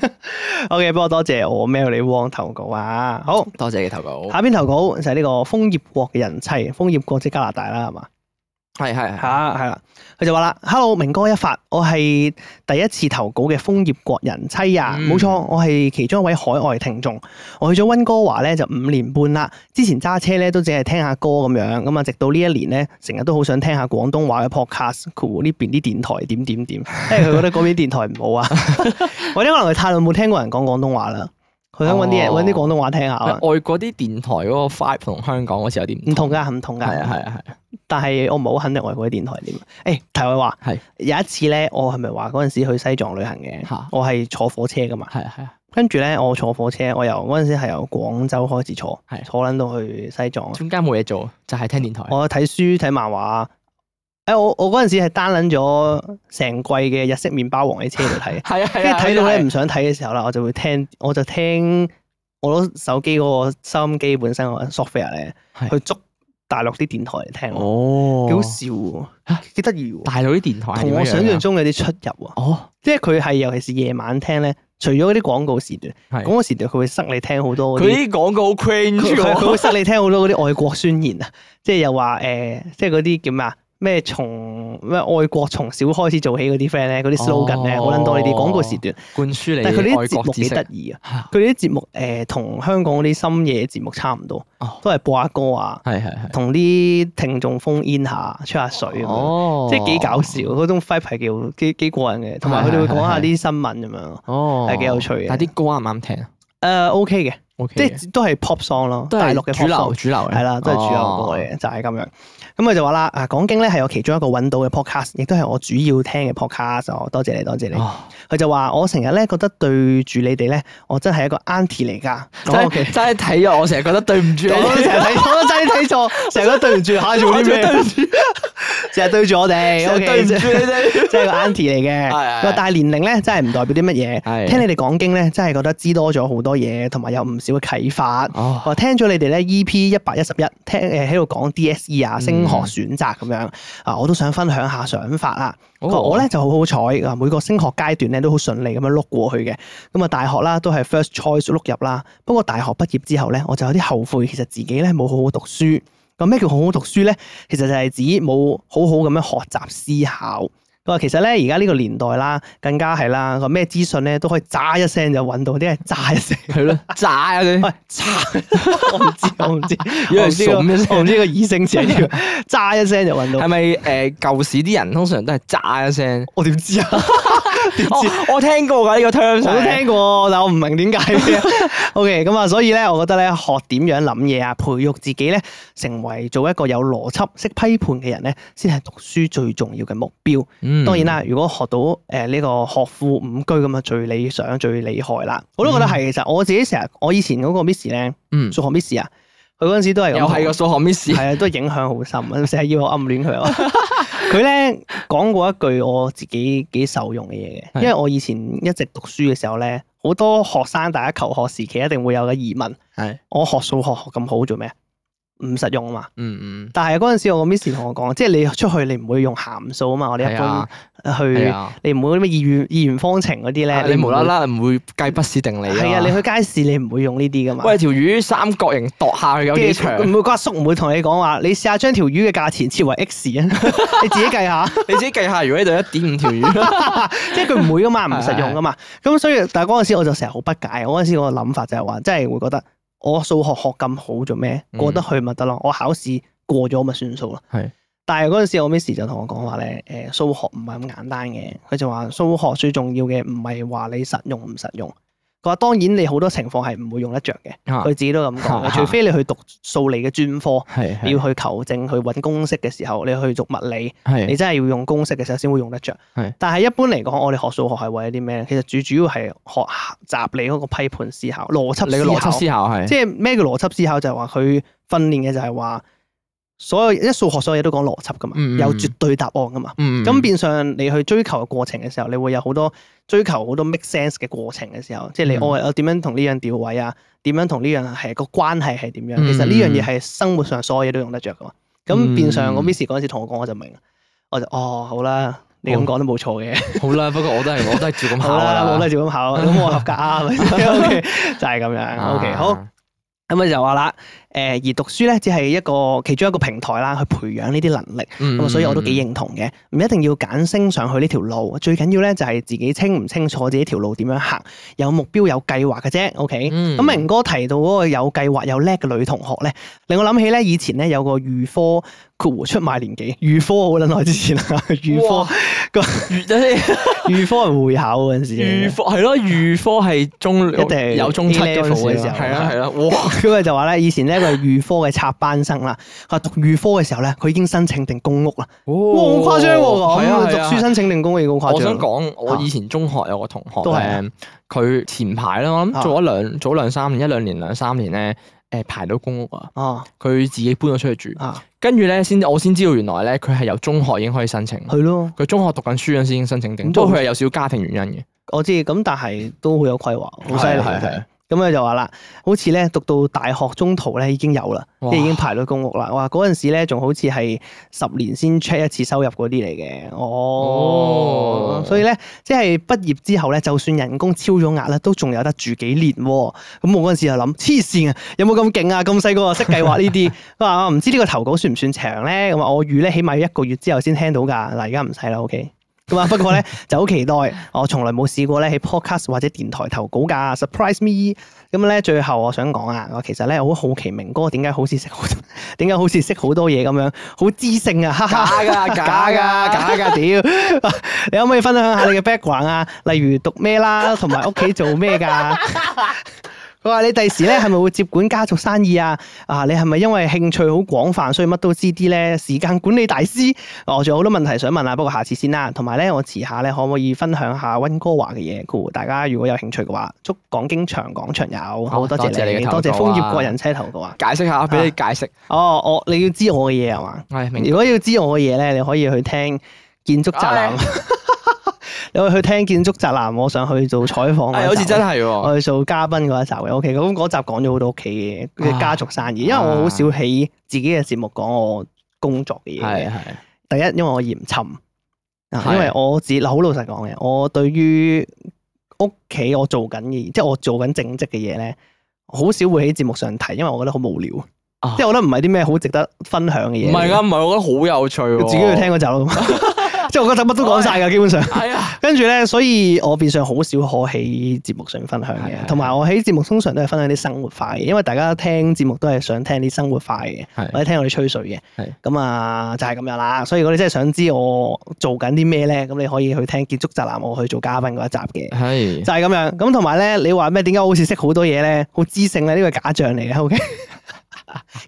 C: ？OK，不過多謝我 mail 你汪投稿啊。好，
B: 多謝你投稿。
C: 下邊投稿就係呢個楓葉國嘅人妻，楓葉國即係加拿大啦，係嘛？
B: 係係係。
C: 嚇係啦，佢就話啦：Hello，明哥一發，我係第一次投稿嘅楓葉國人妻啊，
B: 嗯
C: 冇、錯，我係其中一位海外聽眾。我去咗温哥華咧就五年半啦，之前揸車咧都淨係聽下歌咁樣，咁啊直到呢一年咧，成日都好想聽下廣東話嘅 podcast，括弧呢邊啲電台點點點，因為佢覺得嗰邊電台唔好啊， [laughs] 或者可能佢太耐冇聽過人講廣東話啦，佢想揾啲嘢
B: 哦
C: 揾啲廣東話聽下啊。
B: 外國啲電台嗰個 vibe 同香港好似有啲
C: 唔
B: 唔
C: 同。㗎，唔同㗎。
B: 係啊係啊係。
C: 但係我唔係好肯定外國啲電台係點。誒、題外話，
B: 係
C: 有一次咧，我係咪話嗰陣時去西藏旅行
B: 嚇
C: 嘅？我係坐火車噶嘛，
B: 啊係啊係啊。
C: 跟住咧我坐火車，我由嗰陣時係由廣州開始坐，
B: 係
C: 坐撚到去西藏。
B: 中間冇嘢做，就係聽電台。，
C: 我睇書睇漫畫，誒、我我嗰陣時係單撚咗成季嘅日式麵包王喺車度睇
B: 係啊 [laughs] 係
C: 跟住
B: 啊。
C: 睇到咧
B: 係
C: 唔想睇嘅時候啦，我就會聽，我就聽我攞手機嗰個收音機本身嗰個 software 咧，
B: 係
C: 去捉大陸啲電台嚟聽
B: 啊
C: 喎。
B: 哦。
C: 幾好笑
B: 嚇
C: 喎，幾得意喎，
B: 大陸啲電台係
C: 同
B: 點
C: 我
B: 樣樣啊
C: 想象
B: 㗎
C: 中有啲出入啊！
B: 哦，
C: 即係佢係尤其是夜晚聽咧，除咗嗰啲廣告時段，
B: 係
C: 廣告時段佢會塞你聽好多嗰啲，
B: 佢啲廣告好
C: 佢
B: cringe
C: 佢佢
B: 喎。
C: [laughs] 會塞你聽好多嗰啲愛國宣言啊！即係又話誒，即係嗰啲叫咩啊？咩從咩愛國從小開始做起嗰啲 friend 咧，嗰啲 slogan 咧，
B: 哦
C: 好撚多呢啲廣告時段，
B: 灌輸你
C: 但係佢啲
B: 愛
C: 節
B: 國
C: 目
B: 知
C: 幾得
B: 識。
C: 意啊！
B: 嚇
C: 佢啲節目誒同香港嗰啲深夜節目差唔多
B: 哦，
C: 都係播下歌啊，
B: 係係係。
C: 同啲聽眾 phone in 下，吹下水咁樣。
B: 哦
C: 即係幾搞笑，。嗰種 fight 係幾好幾幾過癮嘅，同埋佢哋會講下啲新聞咁樣。
B: 哦。
C: 係幾有趣嘅
B: 但係啲歌啱唔啱聽啊
C: 誒 OK 嘅，
B: ？OK
C: 即
B: 嘅。
C: 係都係 pop song 咯，
B: 都
C: 大
B: 係
C: 陸嘅
B: 主
C: pop
B: 流
C: song
B: 主流嘅。
C: 係啦，都係主流歌
B: 哦
C: 嚟嘅，就係咁樣。咁佢就話啦，啊講經咧係我其中一個揾到嘅 podcast，亦都係我主要聽嘅 podcast。哦，多謝你，多謝你。
B: 哦
C: 佢就話我成日咧覺得對住你哋咧，我真係一個 auntie 嚟㗎。
B: 真 [laughs]
C: 哦
B: 係真係睇咗，我成日覺得 [laughs] 對唔住
C: 我
B: 你。
C: 都成日睇，我都真係睇錯，成日都對唔住嚇做
B: [laughs]
C: 啲咩？成日對住我哋
B: 成日
C: ，OK，
B: 對唔住你哋。
C: [laughs] 即係個 auntie 嚟
B: 係係
C: 嘅。佢話但係年齡咧真係唔代表啲乜
B: 係
C: 嘢。聽你哋講經咧，真係覺得知多咗好多嘢，同埋有唔少嘅啟發。
B: [laughs] 哦
C: 我聽咗你哋咧 EP 一百一十一，聽誒喺度講 DSE 啊，
B: 嗯
C: 升學選擇咁樣啊，我都想分享下想法啊。佢話
B: 哦
C: 我咧就好好彩啊，每個升學階段咧都好順利咁樣碌過去嘅。咁啊，大學啦都係 first choice 碌入啦。不過大學畢業之後咧，我就有啲後悔，其實自己咧冇好好讀書。咁咩叫好好讀書咧？其實就係指冇好好咁樣學習思考。佢話其實咧，而家呢個年代啦，更加係啦，個咩資訊咧都可以喳一聲就揾到，啲係喳一聲。 [laughs]
B: 係咯，炸啊佢
C: 喂，渣！我唔知，我唔知，
B: 因
C: 我
B: 為
C: 唔知個，
B: 聳一聲
C: 我唔知個耳聲詞係點，渣一聲就揾
B: 係呃
C: 到。
B: 咪誒舊時啲人通常都係炸一聲？哦
C: 我點知啊？ [laughs] 點知？
B: 我我聽過㗎呢個 terms，
C: 我都聽過，但我唔明點解嘅。OK，咁啊，所以咧，我覺得咧，學點樣諗嘢啊，培育自己咧，成為做一個有邏輯、識批判嘅人咧，先係讀書最重要嘅目標。
B: 聽
C: 當然，啦，如果學到誒呢個學富五車咁啊，最理想、最厲害啦。我都覺得係，其實我自己成日，我以前嗰個 Miss 咧，
B: 嗯，
C: 數學 Miss 啊，佢嗰陣時都係咁
B: 又係個數學 miss，
C: 係啊，都影響好深，啊成日要我暗戀佢
B: [laughs]
C: 啊。佢咧講過一句我自己幾受用嘅嘢嘅，
B: 係
C: 因為我以前一直讀書嘅時候咧，好多學生大家求學時期一定會有嘅疑問：
B: 係，
C: 我學數學學咁好做咩？啊唔實用啊嘛！
B: 嗯嗯，
C: 但係嗰陣時我個 miss 同我講，即係你出去你唔會用函數啊嘛，我哋一
B: 係
C: 般
B: 啊，係
C: 去
B: 啊，
C: 你唔會咩二元二元方程嗰啲咧，
B: 你無啦
C: 唔
B: 啦唔會計畢氏定理
C: 會係啊，你去街市你唔會用呢啲噶嘛。
B: 喂條魚三角形度下去有幾
C: 跟住佢
B: 長？[laughs]
C: [laughs] 唔會個阿叔唔會同你講話，你試下將條魚嘅價錢設為 X 啊， [laughs] 你自己計下。
B: 你自己計下，如果呢度一點五條魚，
C: 即係佢唔會噶嘛，唔實用噶嘛。咁所以，但係嗰陣時我就成日好不解，我嗰陣時我個諗法就係話，即係會覺得我數學學咁好做咩？
B: 嗯
C: 過得去咪得咯，我考試過咗咪算數咯。
B: [laughs] 係。
C: 但係嗰陣時我 miss 就同我講話咧，誒、數學唔係咁簡單嘅，佢就話數學最重要嘅唔係話你實用唔實用，佢話當然你好多情況係唔會用得着嘅，
B: 啊
C: 佢自己都咁
B: [laughs]
C: 講嘅，
B: 啊
C: 除非你去讀數理嘅專科。
B: 係
C: 你要去求證、去揾公式嘅時候，你去讀物理，你
B: 係
C: 真係要用公式嘅時候先會用得着
B: 係。
C: 但係一般嚟講，我哋學數學係為咗啲咩咧？其實最主要係學習你嗰個批判思考、邏輯
B: 你嘅邏輯
C: 思考。
B: 思考係
C: 即係咩叫邏輯思考？就係話佢訓練嘅就係話，所有一數學所有嘢都講邏輯噶嘛，
B: 嗯嗯
C: 有
B: 嗯
C: 絕對答案噶嘛。
B: 嗯
C: 咁變相你去追求嘅過程嘅時候，你會有好多追求好多 make sense 嘅過程嘅時候，即係你
B: 嗯
C: 我我點樣同呢樣調位啊，點樣同呢樣係個關係係點樣？
B: 嗯
C: 其實呢樣嘢係生活上所有嘢都用得着噶嘛。咁變相我 miss 嗰陣時同我講，我就明啦，我就哦好啦，你咁講都冇
B: [laughs]
C: 錯嘅，
B: 好啦，不過我都係我都係照咁考
C: 好啦，
B: 啦，
C: 我都係照咁考，咁我合格啊，係咪先
B: [laughs]
C: ？OK，就係咁
B: 啊
C: 樣。OK，好。咁啊就話啦，誒而讀書咧，只係一個其中一個平台啦，去培養呢啲能力。
B: 嗯，
C: 咁啊，
B: 咁
C: 所以我都幾認同嘅，唔一定要揀升上去呢條路，最緊要咧就係自己清唔清楚自己條路點樣行，有目標有計劃嘅啫。OK，
B: 嗯
C: 咁明哥提到嗰個有計劃有叻嘅女同學咧，令我諗起咧以前咧有個預科括弧出賣年紀， [laughs] 預科好撚耐之前啦，啊 [laughs] 預科個 [laughs]
B: 預即
C: 預科係會考嗰陣時
B: [laughs] 預
C: 嚟嘅，
B: 科係咯，預科係中
C: 一定
B: 有中七嗰
C: A-level
B: 陣
C: 嘅時
B: 時
C: 候
B: 係啊啦係啦，哇！
C: 咁佢就話咧以前咧佢係預科嘅插班生啦，佢話讀預科嘅時候咧佢已經申請定公屋啦，哇好誇張喎，
B: 哦係啊
C: 咁
B: 係
C: 讀
B: 啊
C: 書申請定公屋已經好誇
B: 我想
C: 張。
B: 講，我
C: 啊
B: 以前中學有個同學
C: 都係啊
B: 咧，佢前排啦，我
C: 啊
B: 諗做咗兩早兩三年，一兩年兩三年咧，誒排到公屋啊，
C: 啊
B: 佢自己搬咗出去住，
C: 啊，
B: 跟住咧先我先知道原來咧佢係由中學已經可以申請，
C: 係咯。
B: 佢中學讀緊書嗰陣時已經申請定，
C: 咁
B: 不過
C: 都
B: 佢係有少少家庭原因嘅，
C: 我知，咁但係都好有規劃，好犀利。
B: 係係啊
C: 其實
B: 係
C: 咁佢就話啦，好似咧讀到大學中途咧已經有啦，即
B: 哇
C: 係已經排到公屋啦。哇！嗰陣時咧仲好似係十年先 check 一次收入嗰啲嚟嘅。哦，
B: 哦
C: 所以咧即係畢業之後咧，就算人工超咗額咧，都仲有得住幾年喎。咁我嗰陣時就諗，黐線啊，有冇咁勁啊？咁細個就識計劃呢啲。佢話哦我唔知呢個投稿算唔算長咧？咁啊，我預咧起碼要一個月之後先聽到㗎。嗱，而家唔使啦，OK。咁啊，不過咧 [laughs] 就好期待，我從來冇試過咧喺 podcast 或者電台投稿㗎，surprise me！咁咧最後我想講啊，我其實咧好好奇明哥點解好似識好多， [laughs] 點解好似識好多嘢咁樣，好知性啊，哈哈！ [laughs]
B: 㗎
C: 假㗎，假㗎，屌！ [laughs] 你可唔可以分享下你嘅 background 啊？例如讀咩啦，同埋屋企做咩㗎？佢話你第時咧係咪會接管家族生意啊？啊，你係咪因為興趣好廣泛，所以乜都知啲咧？時間管理大師， [laughs] 我仲有好多問題想問啊，不過下次先啦。同埋咧，我遲下咧可唔可以分享下温哥華嘅嘢？cool，大家如果有興趣嘅話，祝講經長講長有。好多謝
B: 多謝你
C: 你，
B: 嘅投稿
C: 多
B: 啊
C: 謝楓葉個人車頭嘅話。
B: 解釋下，俾
C: 啊
B: 你解釋。
C: 哦，我你要知我嘅嘢係嘛？
B: 係明
C: 如果要知我嘅嘢咧，你可以去聽建築宅
B: 啊
C: 男， [laughs] 你可以去聽建築宅男，我想去做採訪嗰集。
B: 哎係好似真係喎。
C: 我去做嘉賓嗰一集嘅，OK，咁嗰集講咗好多屋企嘅嘅
B: 嗯啊
C: 家族生意，因為我好少喺自己嘅節目講我工作嘅嘢
B: 係
C: 嘅。
B: 係
C: 第一，因為我嫌沉，啊
B: 係
C: 因為我自嗱好老實講嘅，我對於屋企我做緊嘅，即係我做緊正職嘅嘢咧，好少會喺節目上提，因為我覺得好無聊，
B: 啊
C: 即係我覺得唔係啲咩好值得分享嘅嘢。
B: 唔係㗎，唔係，我覺得好有趣喎。 [laughs]
C: 自己去聽嗰集咯。 [laughs] 即係我覺得乜都講晒㗎，基本上。
B: 係啊，
C: 跟住咧，所以我變相好少可喺節目上分享
B: 係係
C: 嘅，同埋我喺節目通常都係分享啲生活化嘅，因為大家聽節目都係想聽啲生活化嘅，或
B: 係
C: 者聽我哋吹水嘅
B: 係。
C: 咁啊，就係咁樣啦。所以如果你真係想知我做緊啲咩咧，咁你可以去聽《建築宅男》，我去做嘉賓嗰一集嘅。
B: 係
C: 就係咁樣，咁同埋咧，你話咩？點解我好似識好多嘢咧？好知性啊咧，呢個係假象嚟嘅，OK？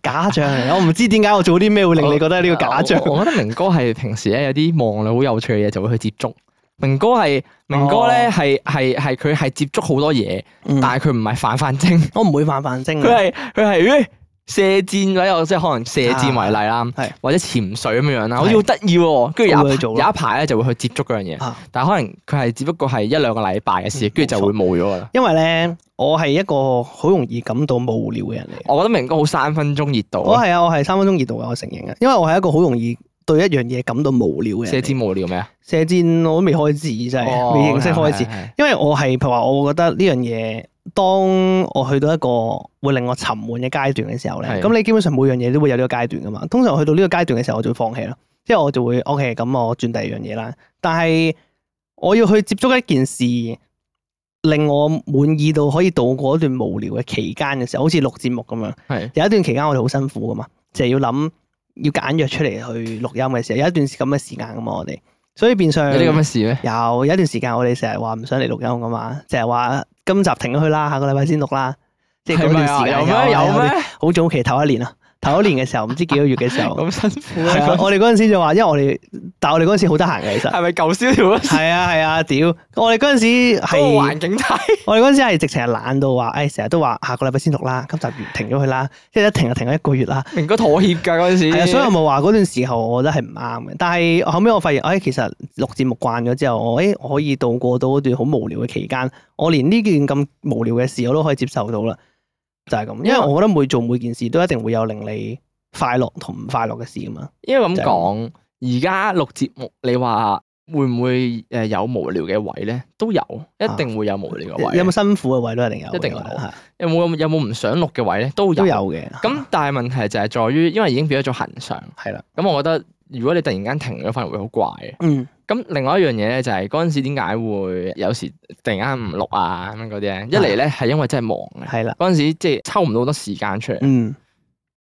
C: 假象嚟，我唔知點解我做啲咩會令你覺得呢個假象。
B: 我我覺得明哥係平時咧有啲望落好有趣嘅嘢就會去接觸。明哥係明哥咧係係係佢係接觸好多嘢，
C: 哦嗯
B: 但係佢唔係泛泛精，
C: 我唔會泛泛精
B: 佢係
C: 嘅，
B: 佢係誒射箭或者我即係可能射箭為例啦
C: 嗯係，
B: 或者潛水咁樣樣啦，
C: 係
B: 好似好得意喎。跟住
C: 我
B: 有
C: 會
B: 一
C: 去做咯
B: 有一排咧就會去接觸嗰樣嘢
C: 啊，
B: 但係可能佢係只不過係一兩個禮拜嘅事，
C: 嗯
B: 跟住就會冇咗㗎啦。
C: 因為咧，我係一個好容易感到無聊嘅人嚟。
B: 我覺得明哥好三分鐘熱度
C: 我
B: 啊，
C: 係啊，我係三分鐘熱度嘅，我承認嘅，啊因為我係一個好容易對一樣嘢感到無聊嘅人嚟。
B: 射箭無聊咩啊？
C: 射箭我都未開始，
B: Ờ,
C: 真係未認識開始
B: 始。。係
C: 因為我係譬如話，我會覺得呢樣嘢，當我去到一個會令我沉悶嘅階段嘅時候咧，
B: 係
C: 咁你基本上每樣嘢都會有呢個階段噶嘛。通常去到呢個階段嘅時候，我就會放棄啦，即係我就會 OK，咁我轉第二樣嘢啦。但係我要去接觸一件事，令我滿意到可以度過一段無聊嘅期間嘅時候，好似錄節目咁樣。
B: 係
C: 有一段期間我哋好辛苦噶嘛，就係要諗要揀約出嚟去錄音嘅時候，有一段咁嘅時間噶嘛，我哋所以變相
B: 有啲咁嘅事咩？
C: 有有一段時間，我哋成日話唔想嚟錄音噶嘛，就係話今集停咗佢啦，下個禮拜先錄啦。即係嗰段時間
B: 係咪啊有咩有
C: 有
B: 咩
C: 啲好早期頭一年啊，頭一年嘅時候，唔知幾個月嘅時候，
B: [laughs] 咁辛苦
C: 係啊，
B: 啊？
C: 我哋嗰陣時就話，因為我哋，但係我哋嗰陣時好得閒嘅，其實
B: [laughs] 係咪舊燒條嗰時
C: 係啊係啊，屌！我哋嗰陣時
B: 嗰個環
C: 係，
B: 境太
C: 我哋嗰陣時係直情係懶到話，哎誒成日都話下個禮拜先錄啦，今集完停咗佢啦，即係一停就停咗一個月啦。
B: 明哥妥協㗎嗰陣時，
C: 係啊，所以我咪話嗰段時候，我覺得係唔啱嘅。但係後尾我發現，哎，其實錄節目慣咗之後，我哎我可以度過到嗰段好無聊嘅期間，我連呢件咁無聊嘅事我都可以接受到啦，就係咁。因為我覺得每做每件事都一定會有令你快樂同唔快樂嘅事噶嘛。
B: 因為咁
C: 就係
B: 講，而家錄節目，你話會唔會誒有無聊嘅位咧？都有，一定會有無聊嘅位。
C: 有冇辛苦嘅位都一定有嘅，
B: 一定有
C: 我覺得係
B: 有冇有冇唔想錄嘅位咧？都
C: 都有
B: 有。
C: 嘅。
B: 咁但係問題就係在於，因為已經變咗做恒常。
C: 係啦，
B: 咁我覺得，如果你突然間停咗，反而會好怪嘅。
C: 嗯，
B: 咁另外一樣嘢咧，就係嗰陣時點解會有時突然間唔錄啊咁樣嗰啲咧？一嚟咧係因為真係忙嘅，
C: 係啦，
B: 嗰陣時即係抽唔到好多時間出嚟。
C: 嗯，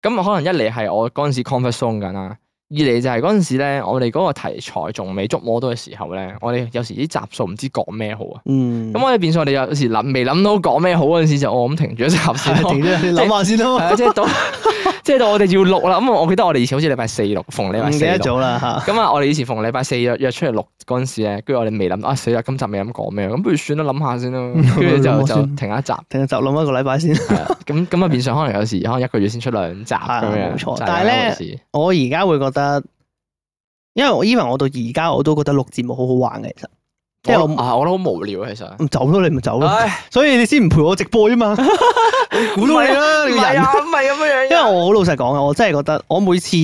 B: 咁可能一嚟係我嗰陣時 comfort zone 緊啦，二嚟就係嗰陣時咧，我哋嗰個題材仲未觸摸到嘅時候咧，我哋有時啲集數唔知講咩好啊。
C: 嗯， [laughs]
B: 咁我哋變相我哋有時諗未諗到講咩好嗰陣時就哦我咁停住一集先咯
C: 停，咗，你諗下先
B: 係
C: [laughs] 咯，
B: 啊即係到 [laughs] 即係到我哋要錄啦。咁我記得我哋以前好似禮拜四錄，逢禮
C: 唔
B: 拜
C: 記
B: 四
C: 得
B: 錄。
C: 咗啦 [laughs] 嚇。
B: 咁啊，我哋以前逢禮拜四約約出嚟錄嗰陣時咧，跟住我哋未諗到啊死啦，今集未諗講咩，咁不如算啦，諗下先
C: [laughs]
B: 咯。跟住就
C: 諗
B: 就
C: 下先
B: 停一集，
C: 停就諗一個禮拜先。
B: 係啊
C: [laughs]
B: 咁咁啊變相可能有時可能一個月先出兩集咁
C: 係
B: 樣，
C: 冇錯
B: 就
C: 但係
B: 咁
C: 咧
B: 回事
C: 我而家會覺得，因為我 even 我到而家我都覺得錄節目好好玩嘅，其實即係
B: 我
C: 我
B: 啊，我覺得好無聊啊，其實。
C: 唔走咯，你咪走咯， [laughs]
B: 唉，
C: 所以你先唔陪我直播啫
B: [laughs]
C: 嘛，我估到你啦，你
B: 唔
C: 個人。
B: 係啊咁樣
C: 因為我好老實講嘅，我真係覺得我每次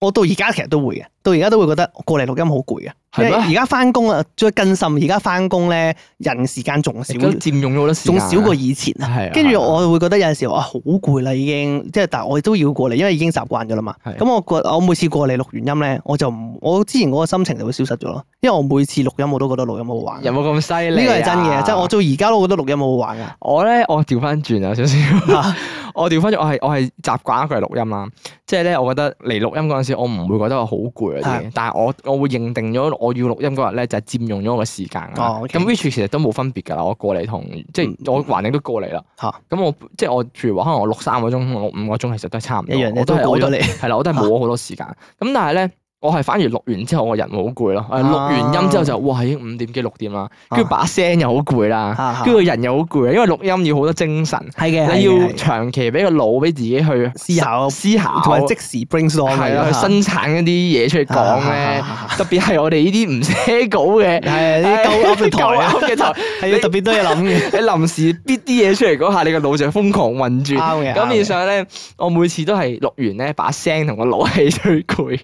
C: 我到而家其實都會嘅，到而家都會覺得過嚟錄音好攰嘅。啊
B: 係
C: 因為
B: 咩
C: 而家翻工啊，再更甚，而家翻工咧人時間仲少，
B: 而家佔用咗好多時間
C: 仲
B: 啊，
C: 少過以前啊。
B: 係啊。
C: 跟住我會覺得有陣時啊好攰啦已經，即係但係我都要過嚟，因為已經習慣咗啦嘛。
B: 係
C: 咁我過我每次過嚟錄完音咧，我就唔我之前嗰個心情就會消失咗咯，因為我每次錄音我都覺得錄音好好玩。
B: 有
C: 呢
B: 冇咁犀
C: 個
B: 利啊？
C: 係真嘅，即係我到而家都覺得錄音好好玩噶。
B: 我咧，我調翻轉啊，少少
C: 嚇。
B: [laughs] 我調翻轉，我係我係習慣咗佢係錄音啦。即係咧，我覺得嚟錄音嗰陣時，我唔會覺得我好攰啊啲嘢，但係我我會認定咗我要錄音嗰日咧，就係佔用咗我嘅時間啊。
C: 哦，OK
B: 咁 which 其實都冇分別㗎啦，我過嚟同即
C: 嗯
B: 係我環境都過嚟啦。
C: 嚇
B: 咁我即係我譬如話，可能我錄三個鐘同我錄五個鐘，其實都係差唔多。
C: 一
B: 我
C: 樣嘢都
B: 係我
C: 過
B: 都
C: 咗嚟，
B: 係啦，我都係冇咗好多時間。咁但係咧，我係反而錄完之後，我人會好攰咯。誒，錄完音之後就哇，已經五點幾六點啦，跟
C: [laughs]
B: 住
C: 啊
B: 把聲又好攰啦
C: 啊，
B: 跟住個人又好攰啊，因為錄音要好多精神，
C: 係嘅，
B: 啊你要
C: 係嘅
B: 長期俾個腦俾自己去
C: 思考
B: 思考，
C: 同埋即啊時 brainstorm 啊
B: 係啊啦，去生產一啲嘢出嚟講咧。特別係我哋呢啲唔寫稿嘅，
C: [laughs] 係啲鳩噏嘅台啊
B: 鳩噏嘅台，
C: [laughs] 係要特別多嘢諗嘅，
B: [laughs] 你臨時逼啲嘢出嚟嗰下，你個腦就瘋狂運轉。
C: 啱嘅。
B: 咁
C: 啱嘅
B: 變相咧，我每次都係錄完咧，把聲同個腦係最攰嘅。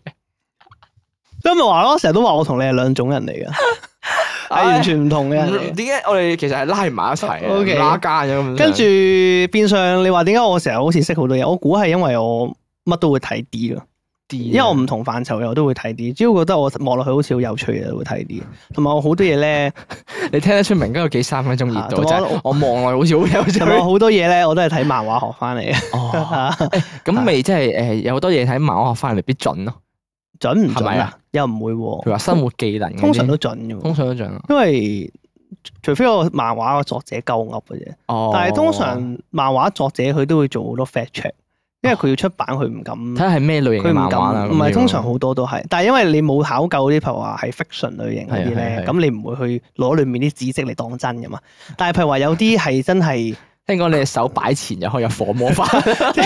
C: 所以咪話咯，成日都話我同你係兩種人嚟嘅，係哎完全唔同嘅人嚟
B: 唔
C: 嘅
B: 點解我哋其實係拉唔埋一齊嘅
C: OK
B: 拉間嘅咁樣。
C: 跟住變相你話點解我成日好似識好多嘢？我估係因為我乜都會睇啲咯，
B: 啲啊，
C: 因為我唔同範疇嘅我都會睇啲，只要覺得我望落去好似好有趣嘅，會睇啲。同埋我好多
B: [laughs]
C: 嘢咧，
B: 你聽得出明哥有幾三分鐘熱度，
C: 啊
B: 就
C: 同我
B: 係我望落好似好有趣
C: 同。埋我好多嘢咧，我都係睇漫畫學翻嚟啊嘅。
B: [laughs] 哦，咁咪即係誒有好多嘢睇漫畫學翻嚟必準咯。
C: 準唔
B: 係
C: 準
B: 咪
C: 啊
B: 啊？
C: 又唔會
B: 譬如
C: 喎，
B: 話生活技能嗰啲，
C: 通常都準嘅
B: 通
C: 喎，
B: 常都準啊。
C: 因為除非我漫畫個作者夠噏嘅啫。
B: 哦，
C: 但係通常漫畫作者佢都會做好多 fact check，因為佢要出版佢唔敢，
B: 睇下係咩類型嘅
C: 佢唔
B: 漫畫啦。
C: 敢，唔
B: 咁
C: 係
B: 樣
C: 通常好多都係。但係因為你冇考究啲，譬如話係 fiction 類型嗰啲
B: 係係係啊
C: 咧，咁你唔會去攞裡面啲知識嚟當真噶嘛。但係譬如話有啲係
B: [laughs]
C: 真係，
B: 聽講你嘅手擺前就可以有火魔
C: [laughs]
B: 法，
C: 即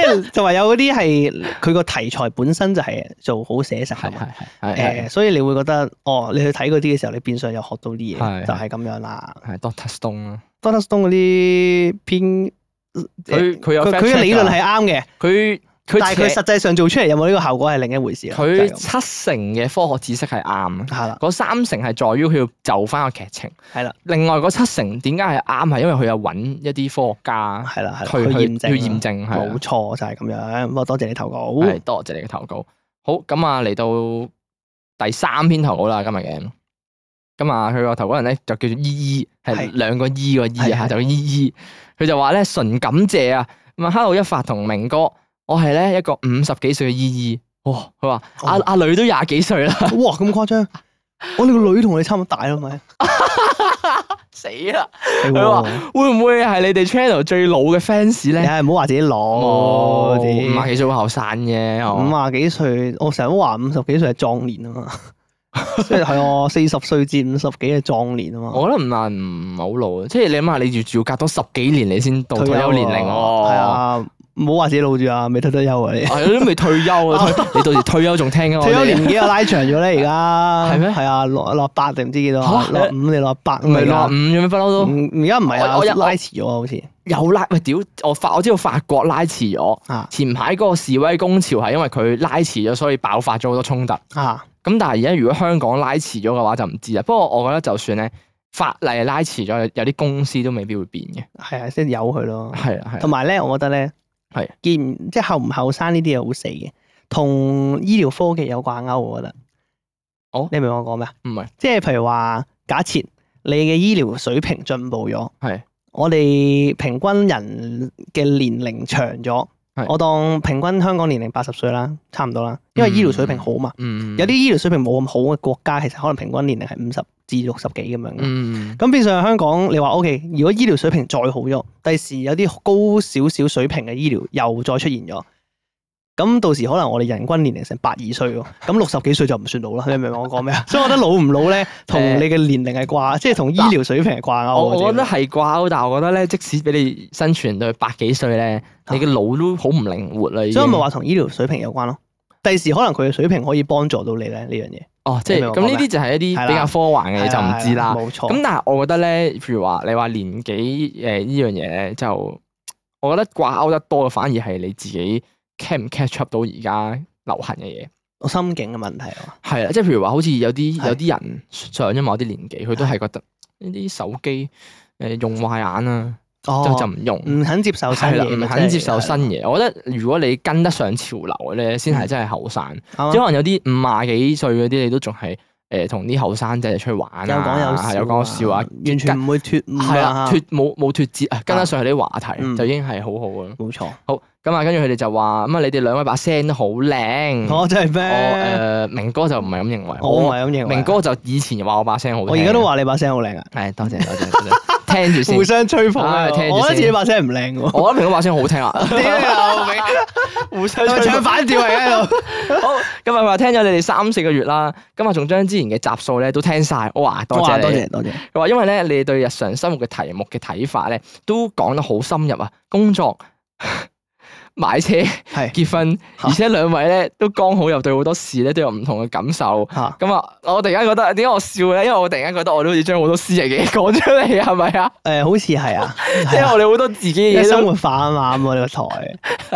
C: 係就話有嗰啲係佢個題材本身就係做好寫實㗎
B: 係係
C: 嘛。
B: 係係
C: 誒，
B: 係
C: 所以你會覺得哦，你去睇嗰啲嘅時候，你變相又學到啲
B: 係
C: 嘢，
B: 係
C: 就係咁樣啦。
B: 係 Doctor Stone 啦。
C: Doctor Stone 嗰啲偏
B: 佢佢有
C: 佢
B: fact
C: 佢嘅
B: check
C: 理論
B: 㗎
C: 係啱嘅。
B: 佢佢
C: 但係佢
B: 扯
C: 實際上做出嚟有冇呢個效果係另一回事啦。啊
B: 佢
C: 就係
B: 七
C: 咁
B: 成嘅科學知識係啱嘅，
C: 係啦，
B: 嗰三成係在於佢要就翻個劇情。
C: 係啦，
B: 另外嗰七成點解係啱係因為佢有揾一啲科學家
C: 係啦，係
B: 去
C: 啦，
B: 去
C: 去驗證，啊
B: 要驗，證係
C: 冇
B: 啦。
C: 錯就係咁樣。咁啊，多謝你投稿。
B: 係多謝你嘅投稿。好，咁啊嚟到第三篇投稿啦，今日嘅。咁啊，佢個投稿人咧就叫做依依，係
C: 係
B: 兩個依個依
C: 係
B: 啊，
C: 係
B: 就依依。佢就話咧純感謝啊，咁啊，Hello 一發同明哥，我係咧一個五十幾歲嘅依依。哇！佢話阿
C: 哦
B: 阿女都廿幾歲啦，
C: 哇，咁誇張！我哋個女同我哋差唔多大啦，咪
B: 死啦！[laughs]
C: 係
B: 佢話
C: 喎
B: 會唔會係你哋 channel 最老嘅 fans
C: 你
B: 咧？
C: 係唔好話自己老
B: 冇五啊
C: 啲。
B: 幾歲好後生啫，哦係嘛
C: 五啊幾歲，我成日都話五十幾歲係壯年啊
B: [laughs]
C: 嘛，即係係我四十歲至五十幾嘅壯年啊嘛，
B: 我覺得唔啊唔係好老啊，即係你諗下，你要要隔多十幾年你先到退休年齡喎，
C: 啊係，啊，唔好話自己老住啊，未退得休啊你。
B: 係都未退休
C: [laughs]
B: 啊，退你到時退休仲聽啊緊我
C: 退休
B: 哋
C: 年紀又拉長咗咧，而家
B: 哦 [laughs] 係咩
C: 係啊，落落八定唔知幾多啊
B: 嚇，
C: 落五定落八
B: 唔係六五啊嗯咁樣不嬲都
C: 唔而家唔係啊，
B: 我我有
C: 拉遲咗啊，好似
B: 有拉喂屌！我法我知道法國拉遲咗，
C: 啊
B: 前排嗰個示威工潮係因為佢拉遲咗，所以爆發咗好多衝突。咁
C: 啊，
B: 但係而家如果香港拉遲咗嘅話就唔知啦。不過我覺得就算咧法例拉遲咗，有有啲公司都未必會變嘅。
C: 係啊，即係由佢咯。
B: 係啊係啊
C: 同，埋咧，我覺得咧，
B: 係
C: 健即係後唔後生呢啲嘢好死嘅，同醫療科技有掛鈎，我覺得。
B: 哦
C: 你明我講咩啊？
B: 唔係
C: 即係譬如話，假設你嘅醫療水平進步咗，
B: 係
C: 我哋平均人嘅年齡長咗
B: 係，
C: 我當平均香港年齡八十歲啦，差唔多啦，因為醫療水平好嘛。
B: 嗯
C: 有啲醫療水平冇咁好嘅國家，其實可能平均年齡係五十至六十幾咁樣嘅。
B: 嗯
C: 咁變相香港，你話 O K，如果醫療水平再好咗，第時有啲高少少水平嘅醫療又再出現咗，咁到時可能我哋人均年齡成百二歲喎，咁六十幾歲就唔算老啦，你明唔明我
B: [laughs]
C: 講咩啊？所以我覺得老唔老咧，同你嘅年齡係掛，即係同醫療水平係掛鈎。
B: 我我覺得係掛鈎，但係我覺得咧，即使俾你生存到百幾歲咧，你嘅腦都好唔靈活啦。已經
C: 啊所以咪話同醫療水平有關咯。第時可能佢嘅水平可以幫助到你咧呢樣嘢。
B: 哦，即係
C: 你明我
B: 咁
C: 講咩
B: 呢啲就係一啲比較科幻嘅嘢就唔知啦。
C: 冇錯。
B: 咁但係我覺得咧，譬如話你話年紀誒呢樣嘢咧，就我覺得掛鈎得多，反而係你自己 catch 唔 catch up 到而家流行嘅嘢。
C: 我心境嘅問題喎。
B: 係啊啦，即係譬如話，好似有啲
C: 啊係
B: 有啲人上咗某啲年紀，佢都係覺得呢啲手機誒用壞眼啊，就就
C: 哦，
B: 唔用。
C: 唔肯接受新
B: 係啦，
C: 嘢，
B: 唔肯接受
C: 真
B: 新
C: 係
B: 嘢。我覺得如果你跟得上潮流咧，先係真係後生。
C: 啱啊
B: 即係可能有啲五廿幾歲嗰啲，你都仲係誒同啲後生仔出去玩
C: 有講有
B: 啊，
C: 笑，
B: 有講有笑啊，
C: 完全唔會脱啊唔
B: 係啊啦，脱冇冇脱節啊，跟得
C: 啊
B: 上佢啲話題
C: 嗯
B: 就已經係好好噶啦。
C: 冇錯。
B: 好咁啊，跟住佢哋就話咁啊，你哋兩位把聲都好靚。我
C: 我真係咩？
B: 誒明哥就唔係咁認為，
C: 我唔係咁認為。啊
B: 明，哥就以前話我把聲好聽嘅，
C: 我而家都話你把聲好靚啊，
B: 係多謝多謝多
C: [laughs]
B: 謝，聽住先
C: 互。相吹捧
B: 唉
C: 啊！
B: 聽住先
C: 我覺得自己把聲唔靚喎。
B: 我覺得明哥把聲好聽啦。
C: [laughs] 屌你老味，
B: [laughs] 互相
C: 係咪唱反調啊嚟
B: 啊
C: 喺度。
B: 好，今日話聽咗你哋三四個月啦，今日仲將之前嘅集數咧都聽晒，哇， [laughs] 多謝
C: 哇
B: 你
C: 多謝多謝。
B: 佢話因為咧，你哋對日常生活嘅題目嘅睇法咧，都講得好深入啊，工作、 [laughs] 買車、
C: 係
B: 結婚，
C: 嚇
B: 而且兩位咧都剛好又對好多事咧都有唔同嘅感受。
C: 嚇，
B: 咁啊，我突然間覺得點解我笑咧？因為我突然間覺得我都好似將好多私人嘅嘢講出嚟，係咪
C: [laughs]
B: 啊？
C: 誒好似係啊，
B: 即
C: 係
B: 係
C: 啊
B: 我哋好多自己嘅
C: 因為
B: 嘢
C: 生
B: 都
C: 活化啊嘛，咁我呢個台，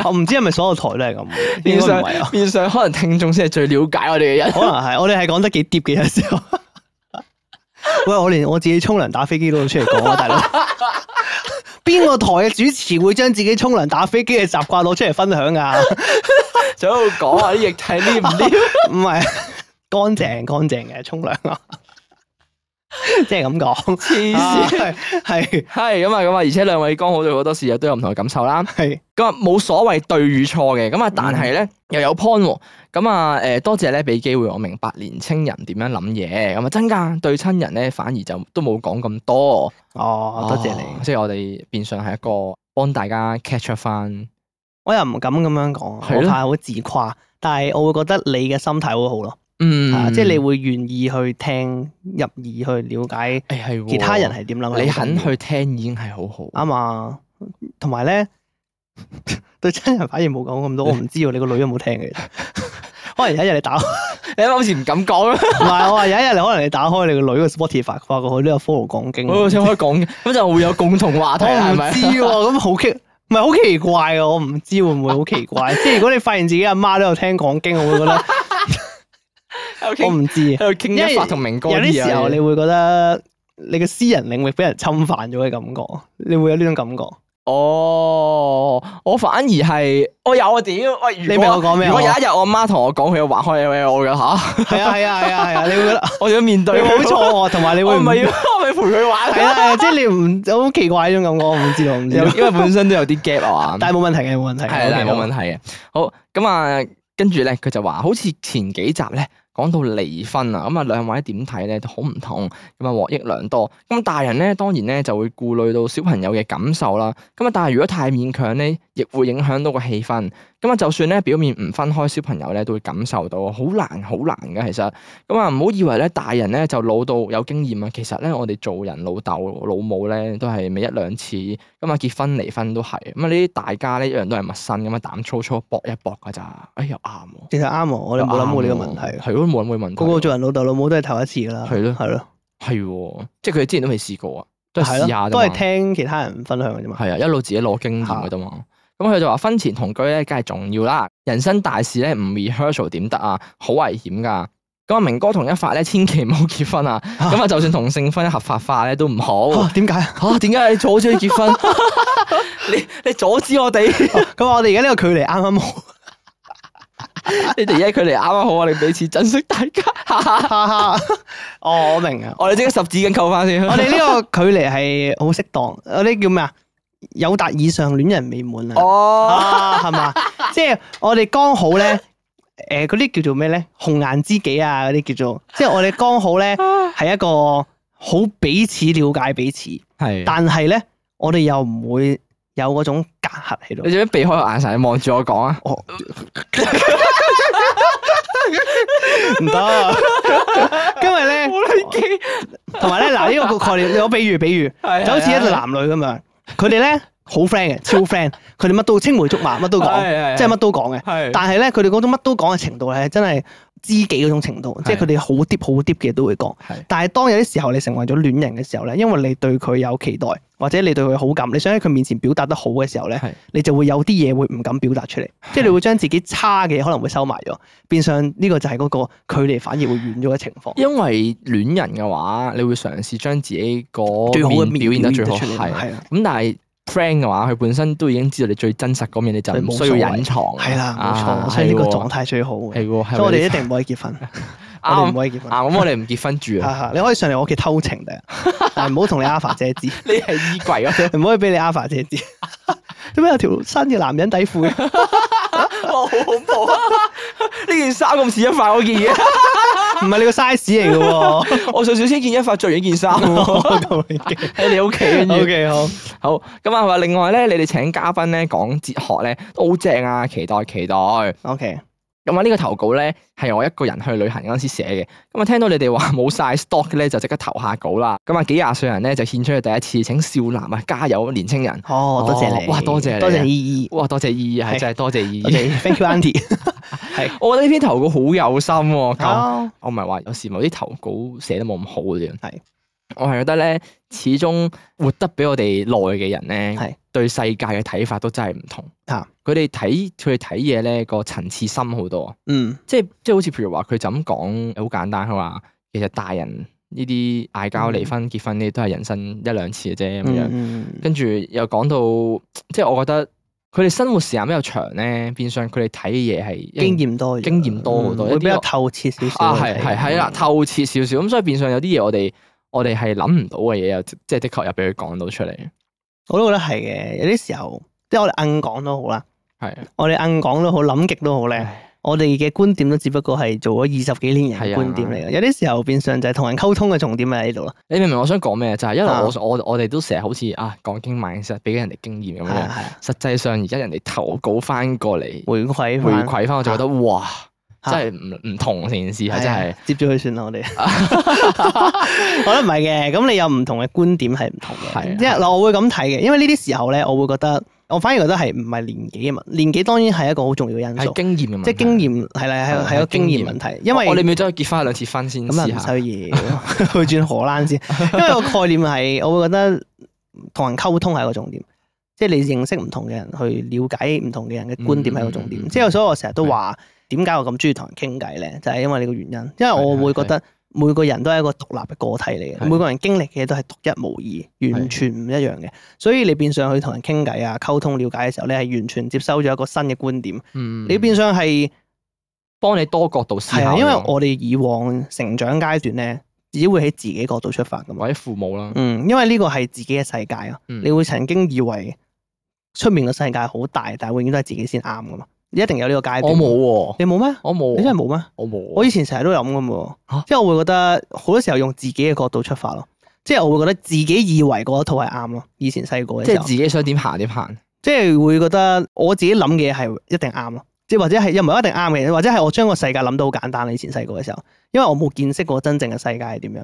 C: 我唔知係咪所有台都係咁，應
B: 面
C: 該
B: 上
C: 唔係啊。
B: 面上，可能聽眾先係最了解我哋嘅人。
C: 可能係，我哋係講得幾疊嘅有時
B: [laughs]
C: 候。喂，我連我自己沖涼打飛機都攞出嚟講啊，大佬。啊邊個台嘅主持會將自己沖涼打飛機嘅習慣攞出嚟分享㗎？
B: 仲喺度講啊啲液體黏唔黏？
C: 唔係乾淨乾淨嘅沖涼啊，即係咁講，啊
B: 黐線。
C: 係係
B: 係咁啊，咁啊，而且兩位剛好對好多事日都有唔同嘅感受啦。
C: 係
B: 咁啊，冇所謂對與錯嘅，咁啊，但係咧又有 point 喎。咁啊，誒多謝咧俾機會我明白年青人點樣諗嘢。咁啊，真㗎，對親人咧反而就都冇講咁多。
C: 哦，多謝你
B: 哦。即係我哋變相係一個幫大家 catch up 翻。
C: 我又唔敢咁樣講，
B: 係
C: 我
B: 咯
C: 怕好自誇，但係我會覺得你嘅心態好好咯，啊
B: 嗯
C: 即係你會願意去聽入耳去了解
B: 誒係喎
C: 其他人係點諗，
B: 你肯去聽已經係好好。
C: 啱啊，同埋咧 [laughs] 對真人反而冇講
B: [laughs]
C: 咁多，我唔知喎，你個女有冇聽嘅？可能有一日你打，唔
B: 你啱啱好似唔敢講啦，
C: 係我話有一日你可能你打開你個女嘅 Spotify，發覺佢都有 follow 講經，
B: 我好
C: 我唔知
B: 似可以講嘅，咁就會有共同話題啦，係咪？
C: 喎，咁好奇，唔係好奇怪啊！我唔知會唔會好
B: [laughs]
C: 奇怪，即係如果你發現自己阿媽都有聽講經，我會覺得
B: 喺度 [laughs]
C: 我
B: 傾
C: 唔知啊。
B: 喺度傾一發同明哥
C: 有啲時候你
B: 嘢
C: 會覺得你嘅私人領域俾人侵犯咗嘅感覺，你會有呢種感覺。
B: 哦，我反而係我有啊屌，喂，
C: 你明我講咩啊
B: 如果有一日我媽同我講佢有玩開 L L 嘅吓，
C: 係啊係啊係啊係啊，你會覺得
B: 我就要面
C: 你
B: 對
C: 會好錯愕，同埋你
B: 你
C: 會
B: 我
C: 唔
B: 唔係要我咪陪佢玩
C: [laughs]
B: 啊
C: 係啦，即係你唔好奇怪呢種感覺，我唔知道，我唔知
B: [laughs] 有
C: 道。
B: 啊因為本身都有啲 gap [laughs] 啊嘛，
C: 但係冇問題嘅，冇問題嘅。
B: 係啦，
C: OK，
B: 冇問題嘅。好咁啊，跟住咧，佢就話好似前幾集咧講到離婚啊，咁啊兩位點睇咧都好唔同，咁啊獲益良多。咁大人咧當然咧就會顧慮到小朋友嘅感受啦。咁啊，但係如果太勉強咧，亦會影響到個氣氛。咁啊，就算咧表面唔分開，小朋友咧都會感受到好難好難嘅。其實咁啊，唔好以為咧大人咧就老到有經驗啊。其實咧我哋做人老豆老母咧都係咪一兩次咁啊，結婚離婚都係咁啊，呢啲大家咧一樣都係陌生咁啊，膽粗粗搏一搏㗎咋。哎又啱喎，
C: 其實啱喎，我哋冇諗過呢個問題。
B: 係咯，哦冇諗過呢個問題喎。
C: 個個做人老豆老母都係頭一次㗎啦。
B: 係咯
C: 啊係咯，
B: 係喎，即係佢哋之前都未試過啊，都係
C: 係
B: 試
C: 咯，
B: 下
C: 都
B: 啫
C: 係
B: 嘛。
C: 聽其他人分享嘅啫嘛。 [laughs]
B: 係啊，一路自己攞經驗嘅啫嘛。咁佢就話婚前同居咧，梗係重要啦。人生大事咧，唔 rehearsal 點得啊？好危險噶。咁啊，明哥同一發咧，千祈唔好結婚啊！咁啊，就算同性婚合法化咧，都唔好。
C: 啊點解啊？
B: 嚇，點解你阻止佢結婚？ [laughs] 你你阻止我哋？
C: 咁我哋而家呢個距離啱啱好， [laughs]
B: 你哋而家距離啱啱好，我哋彼此珍惜大家。 [laughs]
C: 哈哈。哦，我明啊。
B: 我哋即刻十指緊扣翻先。
C: 我哋呢個距離係好適當，嗰啲叫咩啊？有達以上戀人未滿啊，
B: [laughs]
C: [laughs]
B: 哦，
C: 啊係嘛？即係我哋剛好咧，誒嗰啲叫做咩咧？紅顏知己啊，嗰啲叫做，即係我哋
B: [laughs]
C: 剛好咧
B: 啊
C: 係一個好彼此了解彼此，
B: 係
C: 但係咧我哋又唔會有嗰種隔閡喺度
B: [laughs] 你。做咩避開我眼神望住我講啊？
C: [laughs] 哦，唔得，因為咧，同埋咧，嗱呢個概念，我比喻比喻。就好似一對男女咁樣，佢哋咧好 friend 嘅，超 friend，佢哋乜都青梅竹馬，乜都講，
B: 係
C: 即係乜都講嘅。
B: 係
C: 但係咧，佢哋嗰種乜都講嘅程度咧，真係知己嗰種程度，即係佢哋好 deep 好 deep 嘅都會講
B: 係。
C: 但係當有啲時候你成為咗戀人嘅時候咧，因為你對佢有期待，或者你對佢好感，你想喺佢面前表達得好嘅時候咧
B: 係，
C: 你就會有啲嘢會唔敢表達出嚟，即係你會將自己差嘅嘢可能會收埋咗，變相呢個就係嗰個距離反而會遠咗嘅情況。
B: 因為戀人嘅話，你會嘗試將自己嗰
C: 最好嘅
B: 面
C: 面
B: 表現得最好，
C: 表現得出嚟
B: 係
C: 係啊
B: 咁但係 friend 嘅話，佢本身都已經知道你最真實嗰面，你就唔需要隱藏。
C: 係啦，冇
B: 啊
C: 錯，所以呢個
B: 係喎
C: 狀態最好嘅。
B: 係喎，係
C: 所以我哋
B: 喎
C: 一定唔可以
B: [laughs]
C: 結婚，我哋唔
B: 啱啊
C: 可以結婚。
B: 啱咁，我哋唔結婚住啊！
C: 哈哈你可以上嚟我屋企偷情嘅，但係唔好同你阿法姐知，
B: [laughs] 你係衣櫃嗰 [laughs] 度，
C: 唔可以俾你阿法姐知。做咩有條新嘅男人底褲嘅？
B: 哇，好恐怖啊！ [laughs] 呢件衫咁似一發嗰件嘢， [laughs]
C: 唔係你個 size 嚟嘅喎。
B: 我上次先見一發着完件衫喎
C: 咁嘅
B: [laughs] 喺你屋企跟住
C: O。K 好，
B: 好咁啊！話另外咧，你哋請嘉賓咧講哲學咧都好正啊！期待期待。
C: O K
B: 咁啊，呢個投稿咧係我一個人去旅行嗰陣時寫嘅。咁啊，聽到你哋話冇晒 stock 咧，就即刻投下稿啦。咁啊，幾廿歲人咧就獻出佢第一次，請少男啊，加油，年青人！
C: 哦，多謝你，
B: 哇多謝你啊
C: 多謝依依，
B: 哇，多謝依依，係
C: 係
B: 真係多謝依
C: 多
B: 依。
C: 謝 thank you auntie，係
B: [laughs] 我覺得呢篇投稿好有心喎、咁
C: 好
B: 我唔係話有時某啲投稿寫得冇咁好嘅啫。
C: 係
B: 我係覺得咧，始終活得比我哋耐嘅人
C: 係
B: 咧，對世界嘅睇法都真係唔同。
C: 啊
B: 佢哋睇佢哋睇嘢咧個層次深好多。
C: 嗯
B: 即係即係好似譬如話佢就咁講好簡單，佢話其實大人呢啲嗌交、
C: 嗯
B: 離婚、結婚呢啲都係人生一兩次嘅啫咁樣。
C: 嗯嗯
B: 跟住又講到，即係我覺得佢哋生活時間比較長咧，變相佢哋睇嘅嘢係
C: 經驗多咗，
B: 經驗多好多
C: 嗯
B: 一啲
C: 會比較
B: 我
C: 透徹少少。嗯
B: 啊，係係係啦，透徹少少，咁所以變相有啲嘢我哋我哋係諗唔到嘅嘢，又即即係的確又俾佢講到出嚟，
C: 我都覺得係嘅。有啲時候，即係我哋硬講都好啦，
B: 係啊
C: 我哋硬講都好，諗極都好咧
B: 唉。
C: 我哋嘅觀點都只不過係做咗二十幾年人嘅
B: 係啊
C: 觀點嚟嘅。有啲時候變相就係同人溝通嘅重點咪喺呢度咯。
B: 你明唔明我想講咩？就係因為
C: 啊
B: 我我我哋都成日好似啊講經萬應室，俾人哋經驗咁
C: 係啊
B: 樣，
C: 係啊，
B: 實際上而家人哋投稿翻過嚟
C: 回饋
B: 回
C: 返
B: 饋翻，我就覺得哇，
C: 啊
B: 真係唔唔同成件事係真係
C: 啊。接咗佢算啦，
B: [laughs]
C: 我哋。 [laughs] 我覺得唔係嘅，咁你有唔同嘅觀點係唔同
B: 係啊
C: 嘅，即係嗱，我會咁睇嘅，因為呢啲時候咧，我會覺得，我反而覺得係唔係年紀嘅問，年紀當然係一個好重要嘅因
B: 係
C: 素，
B: 經驗啊嘅問題，啊
C: 即係經驗係啦，係係一個經驗問題，因為
B: 我哋咪走去結婚兩次婚先
C: 咁啊
B: 試
C: 唔
B: 下，
C: 需要 [laughs] 去轉荷
B: [laughs]
C: 蘭先，因為個概念係我會覺得同人溝通係一個重點，即係你認識唔同嘅人，去了解唔同嘅人嘅觀點係一個重
B: 嗯嗯
C: 點。
B: 嗯
C: 即係所以我成日都話點解我咁中意同人傾偈咧，就係因為呢個原因，因為我會覺得每個人都係一個獨立嘅個體
B: 係
C: 嚟嘅，每個人經歷嘅嘢都係獨一無二，完全唔一樣嘅。所以你變相去同人傾偈啊、溝通、了解嘅時候，你係完全接收咗一個新嘅觀點，
B: 嗯
C: 你變相係。
B: 幫你多角度思
C: 係
B: 考
C: 啊，
B: 咯，
C: 因為我哋以往成長階段咧，只會喺自己角度出發噶嘛。
B: 或者父母啦，
C: 嗯，因為呢個係自己嘅世界啊，
B: 嗯
C: 你會曾經以為出面嘅世界好大，但係永遠都係自己先啱噶嘛。你一定有呢個階段。
B: 我冇，喎，
C: 你冇咩？
B: 我冇喎，
C: 啊你真係冇咩？
B: 我冇喎，
C: 我以前成日都諗咁喎
B: 嚇，
C: 即係我會覺得好多時候用自己嘅角度出發咯，即係我會覺得自己以為嗰一套係啱咯。以前細個嘅
B: 即
C: 時
B: 係
C: 候
B: 自，己想點行點行，
C: 即係會覺得我自己諗嘅嘢係一定啱咯，即係或者係又唔係一定啱嘅，或者係我將個世界諗到好簡單啦。以前細個嘅時候，因為我冇見識過真正嘅世界係點樣，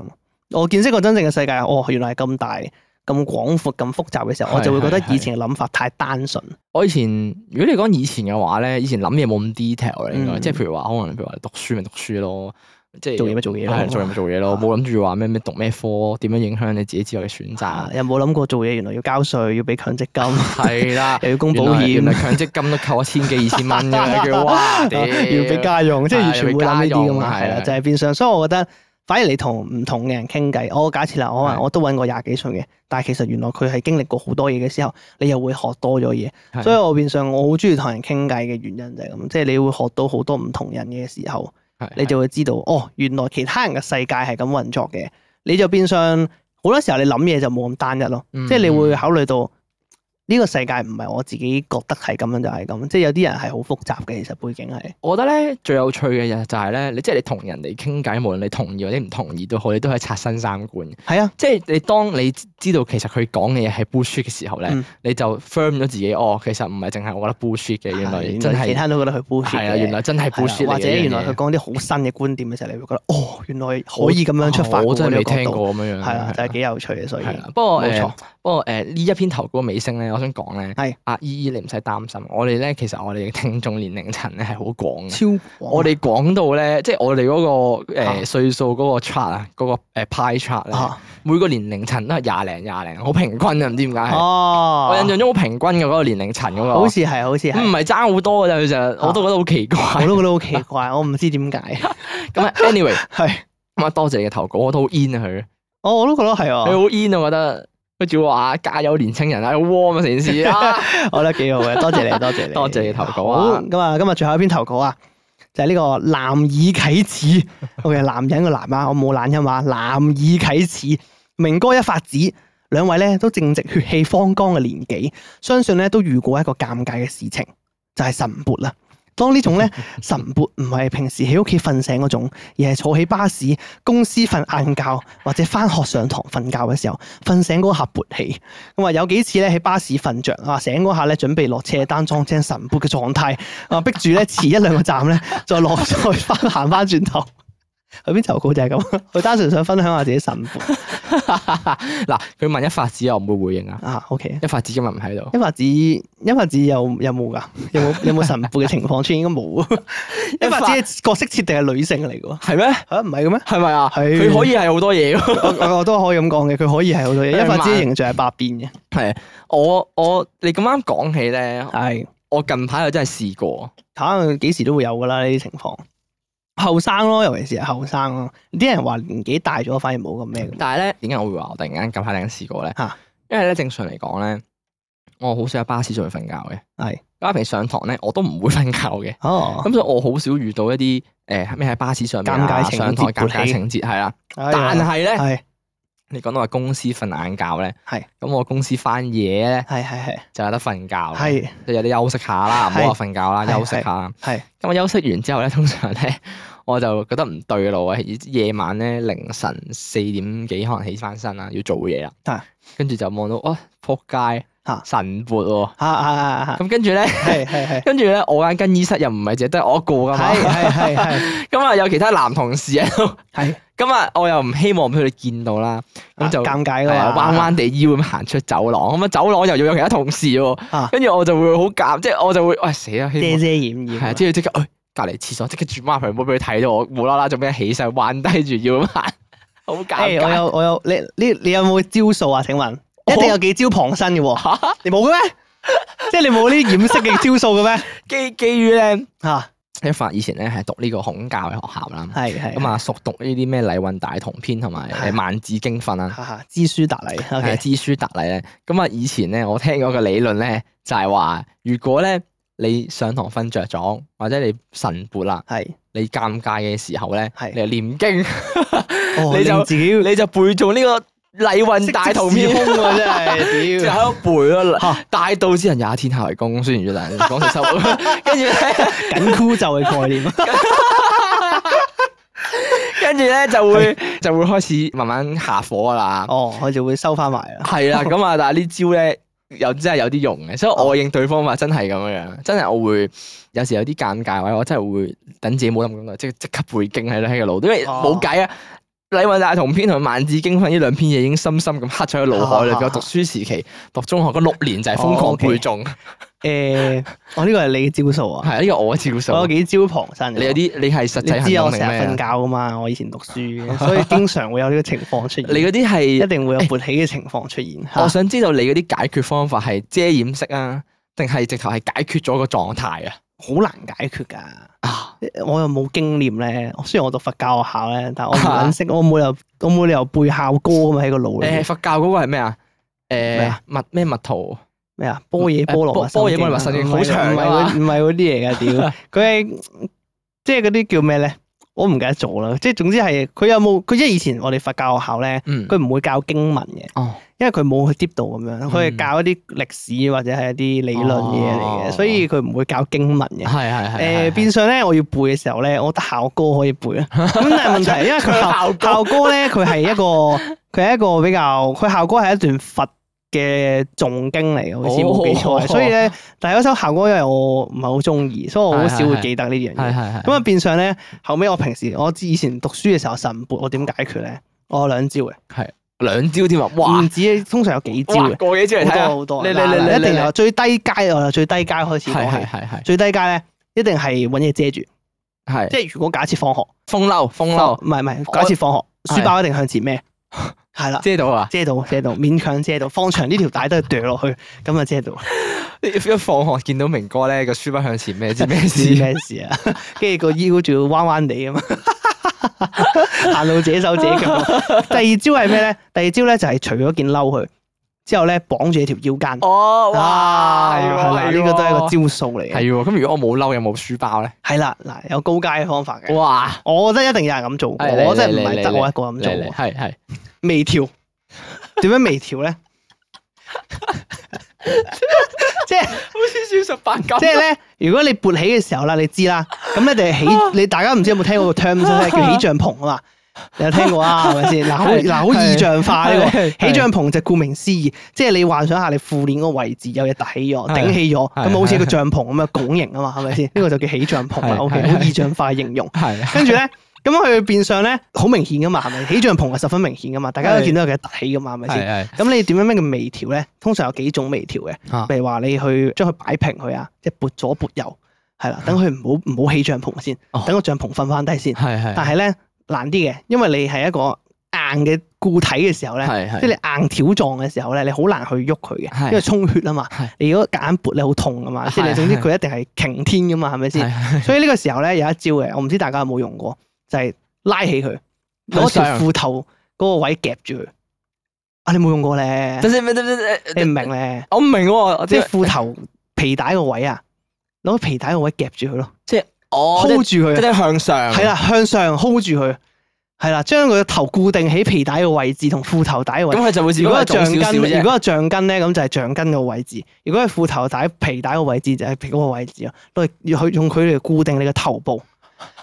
C: 我見識過真正嘅世界，哦，原來係咁大、咁廣闊、咁複雜嘅時候，我就會覺得
B: 係係係
C: 以前嘅諗法太單純。
B: 我以前如果你講以前嘅話咧，以前諗嘢冇咁 detail 啦，應該
C: 嗯
B: 即係譬如話，可能譬如話讀書咪讀書咯，即係
C: 做嘢咪做嘢咯
B: 係做嘢咪做嘢咯，
C: 啊
B: 冇諗住話咩咩讀咩科，點樣影響你自己之後嘅選擇，
C: 有啊冇諗過做嘢原來要交稅、要俾強積
B: [laughs]
C: 金、。
B: 係啦
C: [laughs] 又要供保
B: 原來原來
C: 險、
B: 強積金都扣一千幾二千蚊嘅，
C: [laughs]
B: 跟住 [laughs] 哇，屌
C: 要俾家用，即係完全會諗呢啲噶嘛，係啦，就係變相。所以我覺得，反而你同唔同嘅人傾偈，我假設啦，我可能
B: 係
C: 我都揾過廿幾歲嘅，但係其實原來佢係經歷過好多嘢嘅時候，你又會學多咗嘢。
B: 係
C: 所以我變相我好中意同人傾偈嘅原因就係咁，即係你會學到好多唔同人嘅時候，
B: 係
C: 你就會知道哦，原來其他人嘅世界係咁運作嘅，你就變相好多時候你諗嘢就冇咁單一咯，
B: 嗯
C: 即係你會考慮到。呢個世界唔係我自己覺得係咁樣就係咁，即係有啲人係好複雜嘅，其實背景係。
B: 我覺得咧最有趣嘅嘢就係咧，你即係你同人哋傾偈，無論你同意或者唔同意都好，你都係刷新三觀。
C: 係啊，
B: 即係你當你知道其實佢講嘅嘢係 bullshit 嘅時候咧，
C: 嗯
B: 你就 firm 咗自己哦，其實唔係淨係我覺得 bullshit 嘅，原來真
C: 其
B: 係
C: 他人都覺得佢 bullshit
B: 係啊，
C: 嘅
B: 原來真係
C: 係啦
B: bullshit 嚟嘅
C: 或者原
B: 呢樣
C: 來佢
B: 嘢
C: 講啲好新嘅觀點嘅時候，你會覺得哦，原來可以咁樣出發
B: 我
C: 喎，
B: 我真係未聽
C: 過。
B: 過咁樣樣。
C: 係啊，就係幾有趣嘅，所以
B: 係啦，啊不過
C: 冇
B: 誒
C: 錯，
B: 不過誒呢一篇投稿嘅尾聲咧，我想講咧，
C: 係
B: 阿姨姨你唔使擔心，我哋咧其實我哋嘅聽眾年齡層咧係好廣嘅。
C: 超廣
B: 我哋講到咧，即係我哋嗰個
C: 啊
B: 誒歲數嗰個 chart 啊，嗰個誒 pie chart 咧，
C: 啊
B: 每個年齡層都係廿零廿零，好平均啊，唔知點解係。
C: 哦，
B: 我印象中好嗯平均嘅嗰個年齡層嗰個，
C: 好似係，好似
B: 唔
C: 係，
B: 係爭好多嘅啫，佢就我都覺得好奇怪。
C: 我都覺得好奇怪，我唔知點解
B: [laughs] 咁啊，anyway，
C: 係，
B: 咁啊多謝你嘅投稿，我都好 in 啊佢，
C: 我我都覺得係
B: 佢
C: 喎，
B: 好 in 啊，我覺
C: 哦
B: 得佢仲要話加油年青人啊，好 warm 啊成件事
C: [laughs]
B: 啊，
C: 我覺得幾好嘅，多謝你，多謝你，
B: 多謝你投稿
C: 好
B: 啊，
C: 咁啊，今日最後一篇投稿啊，就係呢個男耳啟齒。O.K. 男人個男啊，我冇懶音啊，男耳啟齒。明哥一發指，兩位咧都正值血氣方剛嘅年紀，相信咧都遇過一個尷尬嘅事情，就係、晨勃啦。當呢種咧晨勃唔係平時喺屋企瞓醒嗰種，而係坐喺巴士、公司瞓晏覺或者翻學上堂瞓覺嘅時候，瞓醒嗰下勃起。咁啊，有幾次咧喺巴士瞓着啊，醒嗰下咧準備落車單裝正晨勃嘅狀態，啊逼住咧遲一兩個站 [laughs] 咧再落再翻行翻轉頭。佢邊投稿就係咁， [laughs] 佢單純想分享下自己神父
B: 嗱佢問一發子我唔會回應啊，
C: 啊，OK。
B: 一發子今日唔喺度，
C: 一發子，一發子有有冇噶？有冇有冇神父嘅情況出現？應該冇。一發子嘅角色設定係女性嚟嘅喎，
B: 係咩？
C: 嚇唔係嘅咩？
B: 係咪啊？
C: 係
B: 佢可以係好多嘢 [laughs] 㗎
C: 我我我都可以咁講嘅，佢可以係好多嘢。
B: 佢係
C: 一發子嘅
B: 慢
C: 形象係百變嘅，
B: 係我我你咁啱講起咧，
C: 係
B: 我近排又真係試過，
C: 嚇幾時都會有㗎啦呢啲情況。後生咯，尤其是係後生咯。啲人話年紀大咗反而冇咁咩㗎嘛。
B: 但係咧點解我會話我突然間近排突然間試過咧
C: 嚇？
B: 因為咧正常嚟講咧，我好少喺巴士上去瞓覺嘅。
C: 係
B: 家平時上堂咧，我都唔會瞓覺嘅。
C: 哦，
B: 咁所以我好少遇到一啲誒咩喺巴士上面啊
C: 尷尬情節
B: 上台尷
C: 勃
B: 尬
C: 起
B: 情節係啦。
C: 但
B: 但係咧，
C: 哎係
B: 你講到話公司瞓晏覺咧，
C: 係
B: 咁我公司翻夜咧
C: 係係
B: 就有得瞓覺嘅，
C: 係
B: 就有得休息下啦，唔好話瞓覺啦，
C: 係
B: 休息下啦。
C: 係
B: 咁我休息完之後咧，通常咧我就覺得唔對路啊，夜晚咧凌晨四點幾可能起翻身啦，要做嘢
C: 係
B: 啦，跟住就望到哇仆街
C: 嚇
B: 神撥喎，
C: 嚇嚇
B: [laughs]
C: 嚇嚇
B: 咁跟住咧。
C: 係係係
B: 跟住咧，我間更衣室又唔係淨係得我一個噶嘛，
C: 係係係
B: 咁啊有其他男同事喺度， [laughs]
C: 係
B: 咁啊我又唔希望俾佢哋見到啦，咁就
C: 啊尷尬
B: 係
C: 㗎
B: 啊
C: 嘛，
B: 彎彎地腰咁行出走廊，咁啊走廊又要有其他同事
C: 啊
B: 喎，跟住我就會好尷，即係我就會喂死啦，希
C: 遮
B: 望
C: 遮掩掩
B: 係啊，即係即刻，哎隔離廁所即刻轉彎佢，唔好俾佢睇到我無啦啦做咩起身彎低住腰咁行， [laughs] 好尷
C: 誒我
B: 尬。
C: 有我有你你你有冇招數啊？請問一定有幾招傍身嘅喎？你冇嘅咩？ [laughs] 即係你冇呢啲掩飾嘅招數嘅咩？
B: [laughs] 基基於咧，
C: 嚇
B: 一發以前咧係讀呢個孔教嘅學校啦，
C: 係係
B: 咁啊熟讀呢啲咩禮運大同篇同埋
C: 係
B: 誒萬字經訓啊。
C: 嚇嚇知書達理
B: 係
C: OK
B: 知書達理咧。咁啊，以前咧我聽過個理論咧，就係話，如果咧你上堂瞓着咗，或者你晨勃啦，
C: 係
B: 你尷尬嘅時候咧
C: 係，
B: 你就念經， [laughs]
C: 哦
B: 你就
C: 令自己
B: 你就背誦呢個禮運大同篇，
C: 空喎真係
B: 就
C: 屌。
B: 喺度背咯
C: 嚇。
B: 大道之人也天下為公，雖然越難講就收， [laughs] 跟住咧，
C: 緊箍咒嘅
B: [laughs]
C: 概念，啊
B: 跟住咧就會就會開始慢慢下火㗎啦。
C: 哦，佢就會收翻埋啦。
B: 係啦，咁
C: [laughs]
B: 啊，但係呢招咧又真係有啲用嘅，所以我應對方法真係咁樣樣，真係我會有時有啲尷尬位，我真係會等自己冇諗咁耐，即即刻背經喺度喺個腦，因為
C: 哦
B: 冇計啊。禮運大同篇同埋萬字經訓呢兩篇嘢已經深深咁刻咗喺腦海裏
C: 啊啊啊
B: 邊。我讀書時期讀中學嗰六年就係瘋
C: 哦
B: 狂背誦，
C: 誒，我呢個係你嘅招數啊，
B: 係呢個我嘅
C: 我
B: 招
C: 有
B: 數。
C: 幾招傍身嘅。
B: 你有啲你係實
C: 你
B: 際行
C: 知我
B: 動
C: 成
B: 定
C: 日瞓
B: 咩
C: 覺
B: 啊？
C: 噶嘛，我以前讀書嘅，所以經常會有呢個情況出
B: [laughs] 你
C: 現，
B: 嗰啲
C: 一
B: 係，
C: 定會有勃起嘅情況出現。
B: 我
C: 嚇
B: 想知道你嗰啲解決方法係遮掩式啊，定係直頭係解決咗個狀態啊？
C: 好難解決㗎，
B: 啊！
C: 我又冇經驗咧。雖然我讀佛教學校咧，但我唔
B: [laughs]
C: 撚識，我冇理由，我冇理由背校歌咁喺個腦裏
B: 誒
C: 面。
B: 佛教嗰個係咩啊？誒
C: 啊
B: 密咩密圖？
C: 咩啊？波野波羅蜜
B: 誒波波野波羅蜜
C: 神
B: 神
C: 經
B: 經
C: 啊
B: 好長
C: 唔係
B: 㗎
C: 嗰
B: 嘛
C: 唔係嗰啲嚟㗎，
B: [laughs]
C: 屌佢係即係嗰啲叫咩咧？我唔記得咗啦。即係總之係佢有冇佢即係以前我哋佛教學校咧，
B: 嗯，
C: 佢唔會教經文嘅。
B: 哦，
C: 因為佢冇去 deep 到咁樣，佢係
B: 嗯
C: 教一啲歷史或者係一啲理論嘅嘢嚟嘅，
B: 哦
C: 所以佢唔會教經文嘅
B: 係。係係。
C: 誒
B: 係
C: 變相咧，我要背嘅時候咧，我得校歌可以背啦。咁但係問題
B: [laughs]
C: 係，因為佢校校歌咧，佢係一個佢係一個比較，佢校歌係一段佛嘅誦經嚟嘅，好似冇記錯。
B: 哦
C: 所以咧，但係嗰首校歌因為我唔係好中意，所以我好少會記得呢樣
B: 係係
C: 嘢。
B: 係。
C: 咁啊變相咧，後尾我平時我以前讀書嘅時候晨勃，我點解決咧？我有兩招嘅，
B: 兩招添啊！哇
C: 唔止通常有幾招嘅
B: 哇，。過幾招嚟睇下
C: 好多好多，
B: 你你
C: 嗱
B: 你
C: 嗱
B: 你
C: 一定
B: 你
C: 有最低階，我由最低階開始
B: 係
C: 講
B: 係
C: 起。
B: 係係
C: 最低階咧，一定係揾嘢遮住，
B: 係。
C: 即係如果假設放學，
B: 風褸風褸
C: 唔係唔係，
B: 我
C: 假設放學，
B: 哦係
C: 書包一定向前孭，係啦，
B: 遮到啊！
C: 遮到遮到，勉強遮到，放長呢條帶都係掉落去，咁啊
B: [laughs]
C: 遮到，
B: 一放學見到明哥咧個書包向前咩？知咩
C: 知
B: 事？
C: 咩事啊？跟住個腰仲要彎彎地咁啊， [laughs] 行路自己手自己腳。第二招係咩咧？第二招咧就係除咗件褸佢之後咧，綁住條腰間。啊
B: 哦，哇！係
C: 係啦，
B: 喎，
C: 呢個都係一個
B: 招。
C: 招數嚟嘅
B: 係。喎，咁如果我冇褸有冇書包
C: [laughs]
B: 咧？
C: 係啦，嗱，有高階嘅方法嘅，
B: 哇！
C: 我覺得一定有人咁做，
B: 係你
C: 我真係唔
B: 你
C: 係得
B: 你
C: 我一個咁做
B: 嚟嚟
C: 喎。
B: 係係 [laughs]
C: 微調，點樣微調咧？即係
B: 好似小十八咁
C: [laughs] 即係咧，如果你勃起嘅時候啦，你知啦，咁你
B: [laughs]
C: 哋
B: 啊
C: 起，你大家唔知有冇聽過個 term 咧，叫起帳篷啊嘛？你有聽過
B: [laughs]
C: 啊？係咪先？嗱，好
B: 係
C: 嗱，好意象化呢個
B: 係係
C: 起帳篷就顧名思義，即係你幻想下你褲鏈嗰個位置有嘢凸起咗、
B: 係
C: 頂起咗，
B: 係
C: 咁好似個帳篷咁嘅拱形啊嘛，係咪先？呢個就叫起帳篷啦。
B: 係
C: OK，
B: 係
C: 好意象化形容。
B: 係
C: 跟住咧，咁佢變相咧好明顯噶嘛，係咪？起帳篷係十分明顯噶嘛，大家都
B: 係
C: 見到有嘅凸起噶嘛，係咪先？
B: 係
C: 咁你點樣咩叫微調咧？通常有幾種微調嘅，
B: 啊
C: 譬如話你去將佢擺平佢啊，即係撥左撥右，係啦，等佢唔好唔好起帳篷先
B: 啊哦，
C: 等個帳篷瞓翻低先。
B: 係係
C: 但係咧難啲嘅，因為你係一個硬嘅固體嘅時候咧，
B: 係係
C: 即係你硬條狀嘅時候咧，你好難去喐佢嘅，
B: 係
C: 因為充血啊嘛
B: 係。
C: 你如果夾硬撥你好痛啊嘛，即係你
B: 係
C: 總之
B: 係
C: 佢一定係擎天噶嘛，係咪先？ [laughs]
B: 係
C: 所以呢個時候咧有一招嘅，我唔知大家有冇用 [laughs] 過，就係、拉起佢，攞條
B: 向上
C: 褲頭嗰個位夾住佢，啊，你冇用過 [laughs] 咧，
B: 等先，等等等
C: 你
B: 等
C: 唔明咧，
B: 我唔明喎，我
C: 即
B: 即
C: 係
B: 係
C: 褲頭皮帶個位啊，攞皮帶個位夾住佢咯
B: 我
C: ，hold
B: 即
C: 住佢啊，
B: 係向上，
C: 係，啦，向上 hold 住佢，係啦，將佢個頭固定喺皮帶個位置同褲頭帶個位
B: 咁
C: 置。
B: 佢就會自己
C: 如果
B: 係
C: 係
B: 重
C: 橡
B: 少少
C: 筋，如
B: 啫。
C: 果係橡筋咧，咁就係橡筋個位置；如果係褲頭帶、皮帶個位置，就係皮嗰個位置咯。攞嚟要去用佢嚟固定你個頭部，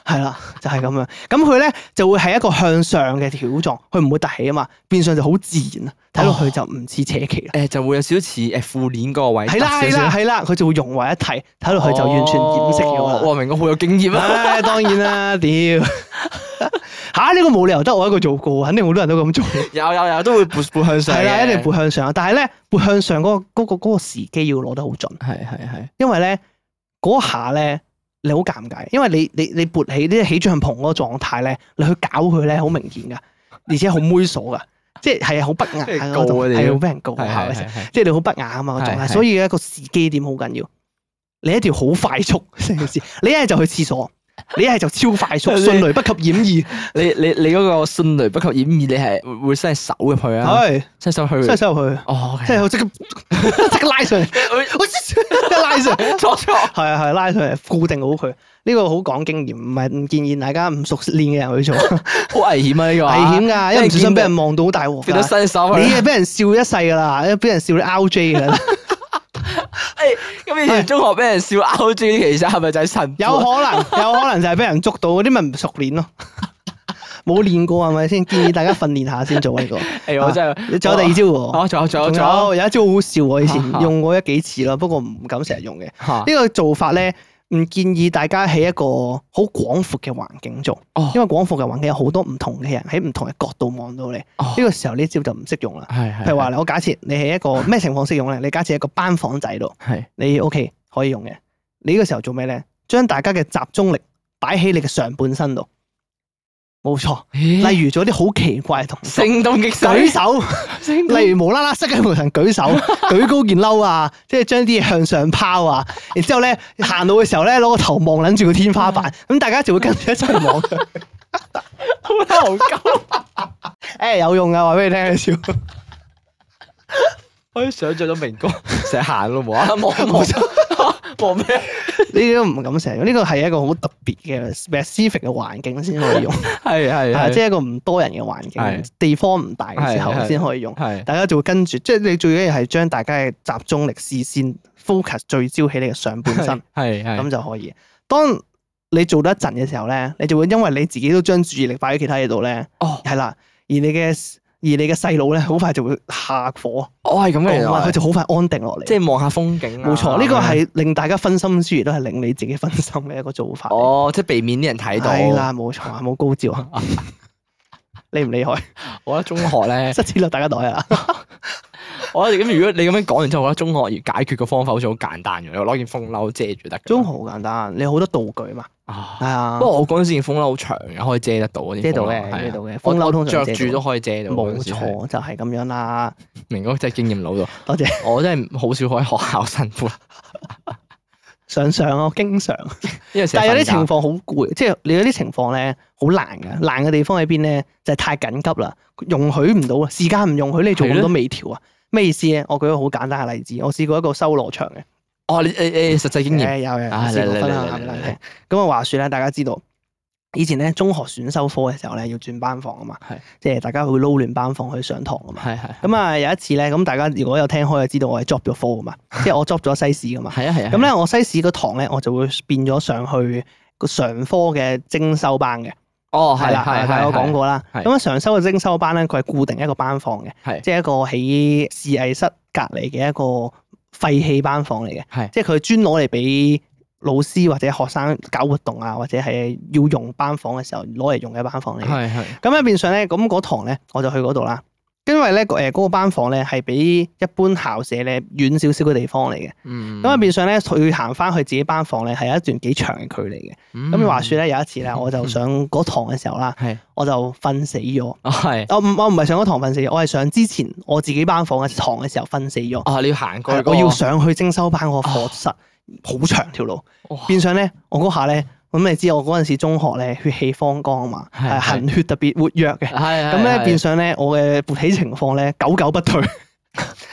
C: 係啦，就係咁樣。咁佢咧就會係一個向上嘅條狀，佢唔會凸起啊嘛，變相就好自然啊，睇落去就唔似扯旗啦。
B: 誒就會有少少似誒褲鏈嗰個位，
C: 係啦
B: 凸
C: 係
B: 少少
C: 啦，係啦，佢就會融為一體，睇落去就完全掩飾
B: 哦
C: 咗啦。
B: 哇，明哥好有經
C: [laughs]
B: 驗啊！
C: 唉，當然
B: [laughs]
C: 啦，屌吓呢個冇理由得我一個做過，肯定好多人都咁做。
B: 有有有，都會撥
C: [laughs]
B: 撥向上嘅。
C: 係啦，一定撥向上，但係咧撥向上嗰、個嗰、個嗰、個時機要攞得好準，
B: 係係係。
C: 因為咧嗰下咧你好尷尬，因為你你你撥起呢起帳篷嗰個狀態咧，你去搞佢咧好明顯噶，而且好猥瑣噶， [laughs] 即係係好不雅
B: 俾人
C: 㗎
B: 告啊
C: 嗰種，
B: 你
C: 係好俾人告
B: 係
C: 下嘅
B: 係
C: 時候
B: 係係
C: 即係你好不雅啊嘛個狀
B: 係
C: 態，
B: 係
C: 所以咧個時機點好緊要，你一定要好快速 [laughs] 成件事，你一係就去廁所，你一係就超快速，
B: 你
C: 迅雷不及掩耳，
B: 你你你嗰個迅雷不及掩耳，你係會會伸手入去啊？
C: 係
B: 伸手去。
C: 伸手入去，
B: 哦，
C: 即係好即刻即刻拉 [laughs] 上嚟。
B: [laughs]
C: 即係拉上， [laughs] 係
B: 錯錯。
C: 啊係啊拉上嚟固定好佢。呢個好講經驗，唔係唔建議大家唔熟練嘅人
B: [laughs]
C: 去做，危
B: 好危險啊！呢個
C: 險㗎，因為唔小心俾人
B: 見
C: 望到好大鑊
B: 到見到
C: 㗎。
B: 伸手去 [laughs]
C: 你。 [laughs] 係俾人笑一世㗎啦，因為俾人笑你 R J 㗎啦，
B: 誒哎咁以前中學俾人笑 out 豬，其實係咪就係神父啊？
C: 有可能有可能就係俾人捉到嗰啲咪唔熟練咯，冇練過係咪先？建議大家訓練下先做呢
B: [laughs]
C: 個。啊
B: 誒，我哎真係
C: 你仲有第二招喎，
B: 哦，仲有仲有
C: 仲
B: 仲有
C: 有有一招好笑，我以前
B: 嚇嚇
C: 用過一幾次啦，不過唔敢成日用嘅。
B: 嚇
C: 呢個做法咧，唔建議大家喺一個好廣闊嘅環境做，
B: 哦
C: 因為廣闊嘅環境有好多唔同嘅人喺唔同嘅角度望到你。呢、
B: 哦
C: 個時候呢招就唔適用啦。
B: 係係
C: 譬如話，我假設你係一個咩情況適用咧？你假設一個班房仔度，
B: 係
C: 你 OK 可以用嘅。你呢個時候做咩咧？將大家嘅集中力擺喺你嘅上半身度，冇錯。
B: 例
C: 例如做啲好奇怪嘅動
B: 如
C: 作，
B: 聖動極
C: 舉
B: 手， [laughs]
C: 手。例如無啦啦塞喺門神舉手，舉高件褸啊，即係將啲嘢向上拋啊，然之後咧行路嘅時候咧攞個頭望撚住個天
B: [laughs]
C: 花板，咁大家就會跟住一齊望佢。
B: 好牛鳩，
C: 誒、有用啊，話俾你聽，你 [laughs] 笑。
B: 可以想象到明哥成日行啊路
C: [laughs]
B: 無啦啦望望望咩？
C: 呢啲都唔敢成日用，呢個係一個好特別嘅 specific 嘅環境先可以用，
B: 係係
C: 係
B: 係
C: 啊即係一個唔多人嘅環境
B: 係，
C: 地方唔大嘅時
B: 係
C: 候
B: 係
C: 先可以用。
B: 係
C: 大家就會跟住，即係你最緊要係將大家嘅集中力、視線、focus 聚焦喺你嘅上半身。
B: 係係
C: 咁就可以。當你做得一陣嘅時候咧，你就會因為你自己都將注意力擺喺其他嘢度咧，
B: 哦，
C: 係啦，而你嘅而你嘅細佬咧，好快就會下火，
B: 我哦係咁嘅原
C: 降温
B: 來
C: 佢，就好快安定落嚟。
B: 即係望下風景啊。
C: 冇錯，呢個係令大家分心之餘，都係令你自己分心嘅一個做法嚟。
B: 哦，即係避免啲人睇到。
C: 係啦，冇錯，冇高照
B: [laughs]
C: 啊！厲唔厲害？
B: 我覺得中學
C: [laughs]
B: 咧。
C: 失錢落大家袋啊！
B: 我覺得咁如果你咁樣講完之後，我覺得中學要解決個方法好似好簡單嘅，攞件風褸遮住得㗎。
C: 中學好簡單，你好多道具嘛，
B: 啊
C: 係，啊
B: 不，過我嗰陣時件風褸好長嘅，可以遮得到嗰啲風褸。
C: 遮到嘅，
B: 係啊
C: 遮到嘅，
B: 我
C: 風褸通常
B: 我着
C: 遮到
B: 住都可以遮到。
C: 冇
B: 嗰陣時係，
C: 錯，就係咁樣啦。
B: 明哥真係經驗老到，
C: 多謝。 [laughs]
B: 我真係好少喺學校辛苦，
C: 上上咯，經常。
B: 因為成
C: 但
B: 日
C: 係有
B: 瞓覺
C: 啲情況好攰，即係你有啲情況咧好難嘅，難嘅地方喺邊咧？就係、太緊急啦，容許唔到啊，時間唔容許你做咁多微調啊。咩意思咧？我舉個好簡單嘅例子，我試過一個修羅場嘅，
B: 哦，你誒誒實際經驗
C: 誒有嘅，
B: 啊
C: 我試過
B: 嚟嚟
C: 分享
B: 嚟
C: 下
B: 嚟嚟
C: 俾大家
B: 嚟
C: 聽。咁啊話説咧，大家知道以前咧中學選修科嘅時候咧要轉班房啊嘛
B: 係，
C: 即係大家會撈亂班房去上堂啊嘛。
B: 係係係
C: 咁啊有一次咧，咁大家如果有聽開就知道我係 drop 咗科啊嘛，即係我 drop 咗西史噶嘛。
B: 係啊係啊。
C: 咁咧，我西史個堂咧，我就會變咗上去個常科嘅精修班嘅，
B: 哦
C: 係
B: 係
C: 啦，
B: 係
C: 大家
B: 係
C: 有講過啦。
B: 係
C: 咁啊，常修嘅精修班咧，佢係固定一個班房嘅，
B: 係啊
C: 即係一個喺示藝室隔離嘅一個廢棄班房嚟嘅，
B: 係
C: 即係佢專攞嚟俾老師或者學生搞活動啊，或者係要用班房嘅時候攞嚟用嘅班房嚟嘅。
B: 係係
C: 咁咧變相咧，咁嗰堂咧我就去嗰度啦。因為咧，誒嗰個班房咧係比一般校舍咧遠少少嘅地方嚟嘅。
B: 嗯
C: 咁啊，變相咧，佢要行翻去自己班房咧，係有一段幾長嘅距離嘅。咁話説咧，有一次咧，我就上嗰堂嘅時候啦，
B: 嗯係
C: 我就瞓死咗。
B: 哦係
C: 我唔我唔係上嗰堂瞓死咗，我係上之前我自己班房嘅堂嘅時候瞓死咗。
B: 哦你要行過去哦嗰個
C: 我要上去精修班嗰個課室，好長條路。
B: 哇
C: 變相咧，我嗰下咧，咁你知我嗰陣時中學咧血氣方剛啊嘛，
B: 係
C: 係
B: 係
C: 行血特別活躍嘅。
B: 係
C: 咁咧變相咧，我嘅勃起情況咧久久
B: [laughs]
C: 不退，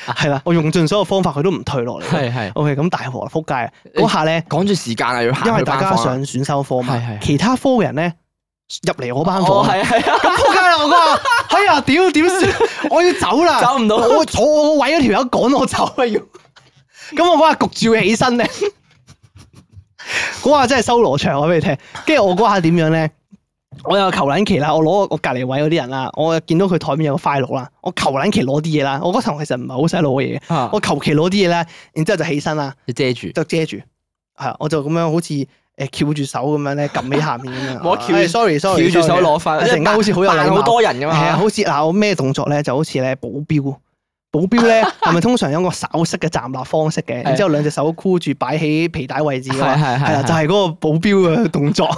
C: 係啦，我用盡所有方法佢都唔退落嚟。
B: 係係
C: O.K. 咁大鑊啦，撲街啊！
B: 你
C: 嗰下咧，
B: 趕住時間啊，要行
C: 因為
B: 去
C: 大
B: 班
C: 家
B: 房啊
C: 上選修科嘛
B: 係係，係
C: 其他科嘅人咧入嚟我班
B: 哦
C: 房，
B: 係係啊，
C: 咁撲街啦！我話，哎呀，屌點算？我要走啦！
B: 走唔到
C: 我坐我個位嗰條友趕我走啊！要咁我嗰下焗住起身咧，嗰下真係修羅場，我話俾你聽。跟住我嗰下點樣咧？我有求撚期啦，我攞我隔離位嗰啲人啦，我見到佢台面有個 file 啦，我求撚期攞啲嘢啦。我嗰層其實唔係好使攞嘢，
B: 啊
C: 我求其攞啲嘢啦，然之後就起身啦，
B: 你遮住，
C: 就遮住，係啊我就咁樣好似誒翹住手咁樣咧，撳起下面咁樣。
B: 冇得翹
C: 哎，sorry sorry，
B: 翹住手
C: sorry 哎
B: 攞翻，
C: 突然間好似好有禮
B: 扮
C: 貌
B: 好多人噶
C: 係啊，
B: 嘛，
C: 好似嗱，我咩動作咧，就好似咧保鏢。保鏢咧係咪通常有個手式嘅站立方式嘅，然之後兩隻手箍住擺喺皮帶位置㗎嘛
B: 係係係
C: 係啦，
B: 係
C: 就係嗰個保鏢嘅動作，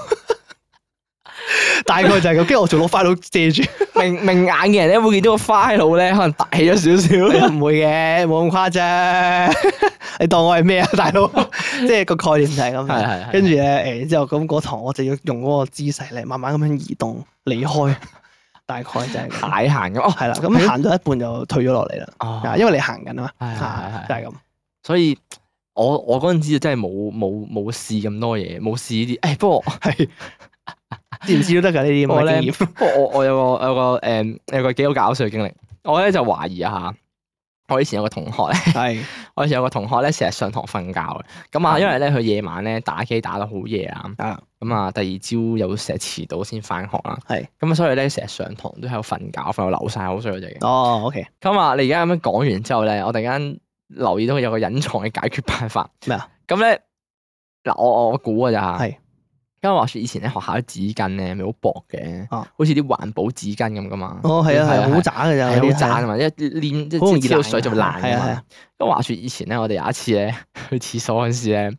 C: [laughs] 大概就係咁。跟住我就攞快佬借住，
B: 明明眼嘅人咧會見到個 file 咧，可能大咗少少。
C: 唔會嘅，冇咁誇張。 [laughs] 你當我係咩啊，大佬？即係個概念就係咁啊
B: 係
C: 樣。
B: 係係 [laughs]
C: 跟住咧，誒，然之後咁嗰堂我就要用嗰個姿勢嚟慢慢咁樣移動離
B: [laughs]
C: 開，大概就係咁。
B: 蟹行咁哦，
C: 係啦，咁行到一半就退咗落嚟啦。啊，
B: 哦，
C: 因為你行緊啊嘛，
B: 係係
C: 啊
B: 係
C: 就係咁。
B: 所以我我嗰陣時就真係冇冇冇試咁多嘢，冇試呢啲。誒，不過
C: 係知唔知都得㗎呢啲
B: 不過
C: 咁
B: 咧
C: 嘅經
B: [laughs]
C: 驗。，
B: 不過我我有個有個誒有個幾好搞笑嘅經歷。我咧就懷疑一下，我以前有個同學咧，
C: 係
B: 我以前有個同學咧成日上堂瞓覺嘅。咁啊，因為咧佢夜晚咧打機打到好夜啊。
C: 啊，
B: 咁啊，第二朝又成日遲到先翻學啦。
C: 係
B: 咁啊，所以咧成日上堂都喺度瞓覺，瞓到流晒口水嗰只嘅。
C: 哦，OK，
B: 咁啊，你而家咁樣講完之後咧，我突然間留意到有個隱藏嘅解決辦法。
C: 咩啊？
B: 咁咧，嗱，我我估㗎咋。
C: 係。
B: 因為話説以前咧學校啲紙巾咧咪好薄嘅，
C: 啊
B: 好似啲環保紙巾咁噶嘛。
C: 哦，係啊，係啊好
B: 係
C: 渣㗎咋，
B: 係
C: 嗰啲
B: 好渣啊嘛，一黏即
C: 好容易
B: 係
C: 爛
B: 超
C: 㗎
B: 水就會爛㗎
C: 係啊係
B: 嘛
C: 啊。
B: 咁話説以前咧，我哋有一次咧 [laughs] 去廁所嗰陣時咧，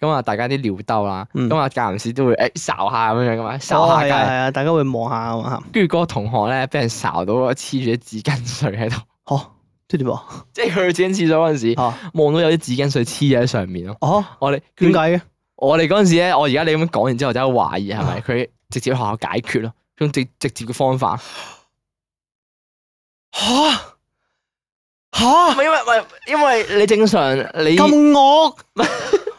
B: 咁啊大家啲尿兜啦，
C: 嗯
B: 咁啊間唔時都會誒睄下咁樣噶嘛，
C: 哦
B: 睄
C: 係
B: 下
C: 啊，係
B: 街。
C: 啊，大家會望下啊嘛。
B: 跟住嗰個同學咧，俾人睄到黐住啲紙巾水喺度， [laughs]
C: 哦，即係點啊？
B: 即係佢去整廁所嗰陣時，
C: 哦
B: 望到有啲紙巾水黐咗喺上面咯。
C: 哦，
B: 我哋
C: 點解？嘅？
B: 我哋嗰陣時咧，我而家你咁樣講完之後，就喺度懷疑係咪佢直接喺學校解決咯，用直直接嘅方法。
C: 吓吓
B: 唔係因為喂，因為你正常你
C: 咁惡，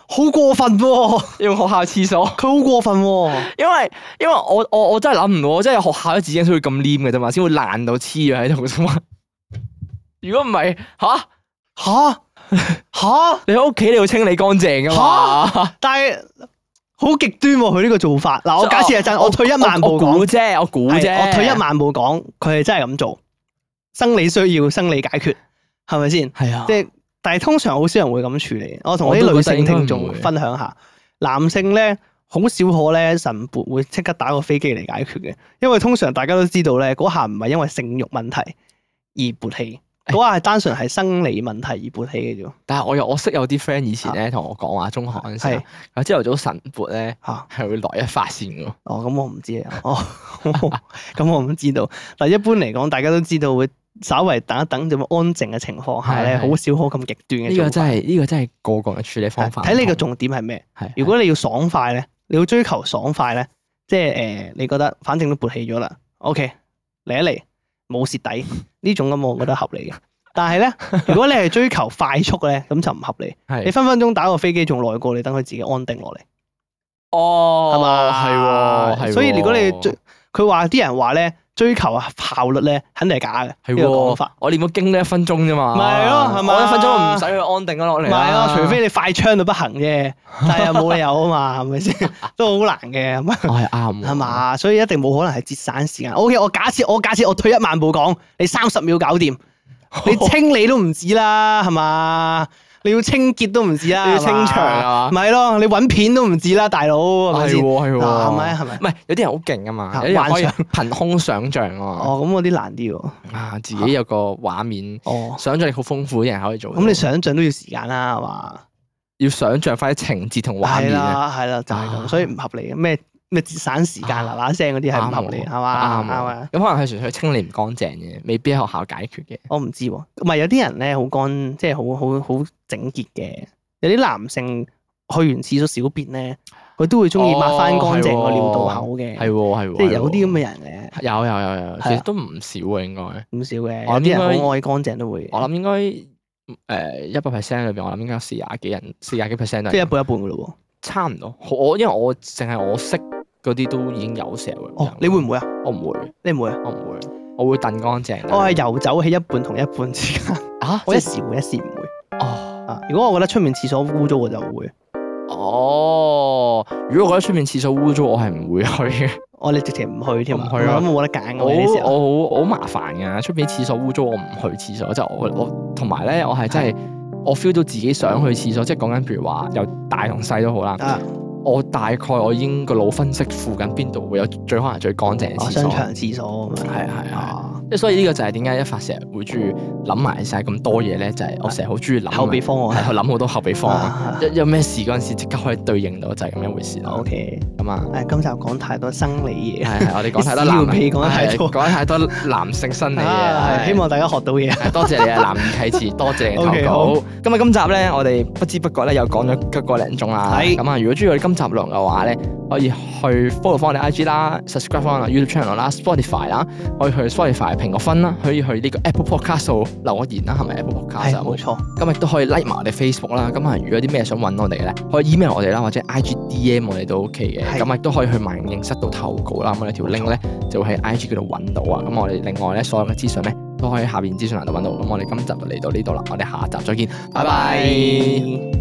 C: 好過分喎！
B: 用學校廁所，
C: 佢好過分喎。
B: 因為因為我我我真係諗唔到，即係學校啲紙巾需要咁黏嘅啫嘛，先會爛到黐咗喺度啫嘛。 [laughs] 如果唔係吓，
C: 吓吓，
B: 你喺屋企你要清理乾淨噶 [laughs] 嘛？
C: 但係好極端喎，佢呢個做法。嗱，我假設係真，我退一萬
B: 我
C: 步講
B: 估。啫，我估
C: 係
B: 啫，
C: 我退一
B: [laughs]
C: 萬步講，佢係真係咁做，生理需要生理解決，係咪先？
B: 係啊
C: 即，係，但係通常好少人會咁處理。我同
B: 我都
C: 啲女
B: 覺得
C: 性
B: 應該唔
C: 聽眾
B: 會
C: 分享下，男性咧好少可咧晨勃會即刻打個飛機嚟解決嘅，因為通常大家都知道咧，嗰下唔係因為性慾問題而勃起，嗰下係單純係生理問題而勃起嘅啫。
B: 但係我有我識有啲 friend 以
C: 啊
B: 前咧同我講話，中學嗰陣時
C: 係
B: 啊，佢朝頭早晨勃咧
C: 嚇、
B: 係會來一發線嘅喎。
C: 哦，咁我唔知啊，哦， [laughs] 咁我唔知道。但一般嚟講，大家都知道會稍為等一等，咁安靜嘅情況下咧，
B: 係係
C: 好少可咁極端嘅
B: 呢
C: 做
B: 個
C: 法。
B: 真係呢個真係個個嘅處理方法唔同。
C: 睇你個重點係咩？
B: 係
C: 如果你要爽快咧，你要追求爽快咧，即係誒、呃你覺得反正都勃起咗啦，OK，嚟一嚟，冇蝕底呢種咁，我覺得合理嘅。但係咧，如果你係追求快速咧，咁就唔合理。
B: 係
C: 你分分鐘打個飛機仲耐過你等佢自己安定落嚟。
B: 哦，
C: 係嘛？
B: 係喎，係喎
C: 所以如果你追，佢話啲人話咧追求效率咧，肯定係假嘅
B: 係
C: 呢個講
B: 喎
C: 法。，
B: 我練個經都一分鐘啫嘛，
C: 咪係咯係嘛
B: 我一分鐘唔使去安定咗落
C: 唔
B: 嚟
C: 係
B: 啦，
C: 啊，除非你快槍到不
B: [laughs]
C: 行啫，但係又冇理由啊嘛，係咪先？都好難嘅，係咪
B: 我係啱喎
C: 係？嘛？所以一定冇可能係節省時間。O K，我假設我假設我退一萬步講，你三十秒搞
B: [laughs]
C: 掂，你清理都唔止啦，係嘛？你要清潔都唔止啦，
B: 你要
C: 係嘛
B: 清場啊
C: 咪係咯？你揾片都唔止啦，大佬係咪
B: 係喎
C: 先？
B: 係喎，
C: 嗱係咪係咪
B: 唔係有啲人好勁啊嘛，
C: 啊
B: 有啲人可以
C: 幻
B: 憑空想像啊，
C: 哦，咁嗰啲難啲喎。
B: 啊自己有個畫面，
C: 哦。
B: 想像力好豐富啲人可以做到。
C: 咁你想像都要時間啦，係嘛？
B: 要想像翻啲情節同畫
C: 係
B: 面啊，
C: 啦，係啦，就係
B: 啊
C: 咁，所以唔合理嘅。咩咩節省時間嗱嗱聲嗰啲係唔
B: 啱
C: 合理，
B: 喎
C: 係嘛？
B: 啱
C: 啱
B: 喎
C: 啊！
B: 咁可能係純粹清理唔乾淨嘅，未必喺學校解決嘅。
C: 我唔知喎，唔係有啲人咧好乾，即係好好好整潔嘅。有啲男性去完廁所小便咧，佢都會中意抹翻乾淨個尿道口嘅，
B: 哦係喎係喎，
C: 即係有啲咁
B: 嘅
C: 嘅人嘅，
B: 有有有有，其
C: 係啊
B: 實都唔少嘅應該。
C: 唔少嘅，
B: 我
C: 有
B: 諗
C: 啲
B: 應
C: 人
B: 該
C: 好愛乾淨都會嘅，
B: 我諗應該誒一百 percent 裏邊，我諗應該有四廿幾人，四廿幾 percent 都
C: 即係
B: 係
C: 一半一半噶咯
B: 差唔多。我因為我淨係我識嗰啲都已經有社會。
C: 喎。哦，你會唔會啊？
B: 我唔會，
C: 你唔會啊？
B: 我唔會，我會燉乾淨。
C: 我係游走喺一半同一半之間，
B: [laughs] 啊，
C: 我一
B: 即係
C: 時會一時唔會
B: 哦
C: 啊。如果我覺得出面廁所污糟，我就會。
B: 哦，如果我覺得出面廁所污糟，我係唔會去嘅。
C: 我哋直情唔去添
B: 唔
C: 啊，
B: 去啊
C: 咁冇得揀
B: 我
C: [laughs] 我哋呢時
B: 好
C: 候。
B: 我好我好麻煩㗎，出面廁所污糟，我唔去廁所，即係我我同埋咧，我係真係我 feel 到自己想去廁所，即係講緊譬如話由大同細都好啦。
C: 啊，
B: 我大概我已經個腦分析附近邊度會有最可能最乾淨嘅
C: 我
B: 廁所。
C: 哦商場廁所咁
B: 係係
C: 樣
B: 係。
C: 啊，
B: 即係所以呢個就係點解一發成日會中意諗埋晒咁多嘢咧，就係、我成日好中意諗
C: 啊
B: 啊
C: 後備方
B: 係
C: 案
B: 去諗好多後備方案。
C: 啊哦
B: 一有咩事嗰陣時，即刻可以對應到就係咁一回事啦。
C: OK，
B: 咁
C: [laughs]
B: 啊，
C: 誒，今集講太多生理嘢，
B: 係係，我哋講太多
C: 笑
B: 男，
C: 屁講得太
B: 係
C: 多
B: 講得太多男性生理嘢，
C: 啊
B: 係
C: 希望大家學到嘢。
B: 係多謝你啊，男兒啟詞，多謝你嘅
C: OK，
B: 投稿。咁啊，今集咧，我哋不知不覺咧又講咗一個零鐘啦。
C: 係
B: 咁啊，如果中意我哋今集內容嘅話咧，可以去 follow 翻我哋 IG 啦，subscribe 翻我哋 YouTube channel 啦，Spotify 啦，可以去 Spotify 評個分啦，可以去呢個 Apple Podcast 度留個言啦，係咪 Apple
C: 係
B: Podcast 啊
C: 冇錯，
B: 咁亦都可以 like 埋我哋 Facebook 啦。咁啊，如果有啲咩想揾我哋嘅咧，可以 email 我哋啦，或者 IG DM 我哋都 OK 嘅。
C: 係
B: 咁亦都可以去萬應室度投稿啦。咁我哋條 link 咧就會喺 IG 嗰度揾到啊。咁我哋另外咧所有嘅資訊咧都可以喺下邊資訊欄度揾到。咁我哋今集就嚟到呢度啦，我哋下集再見，拜拜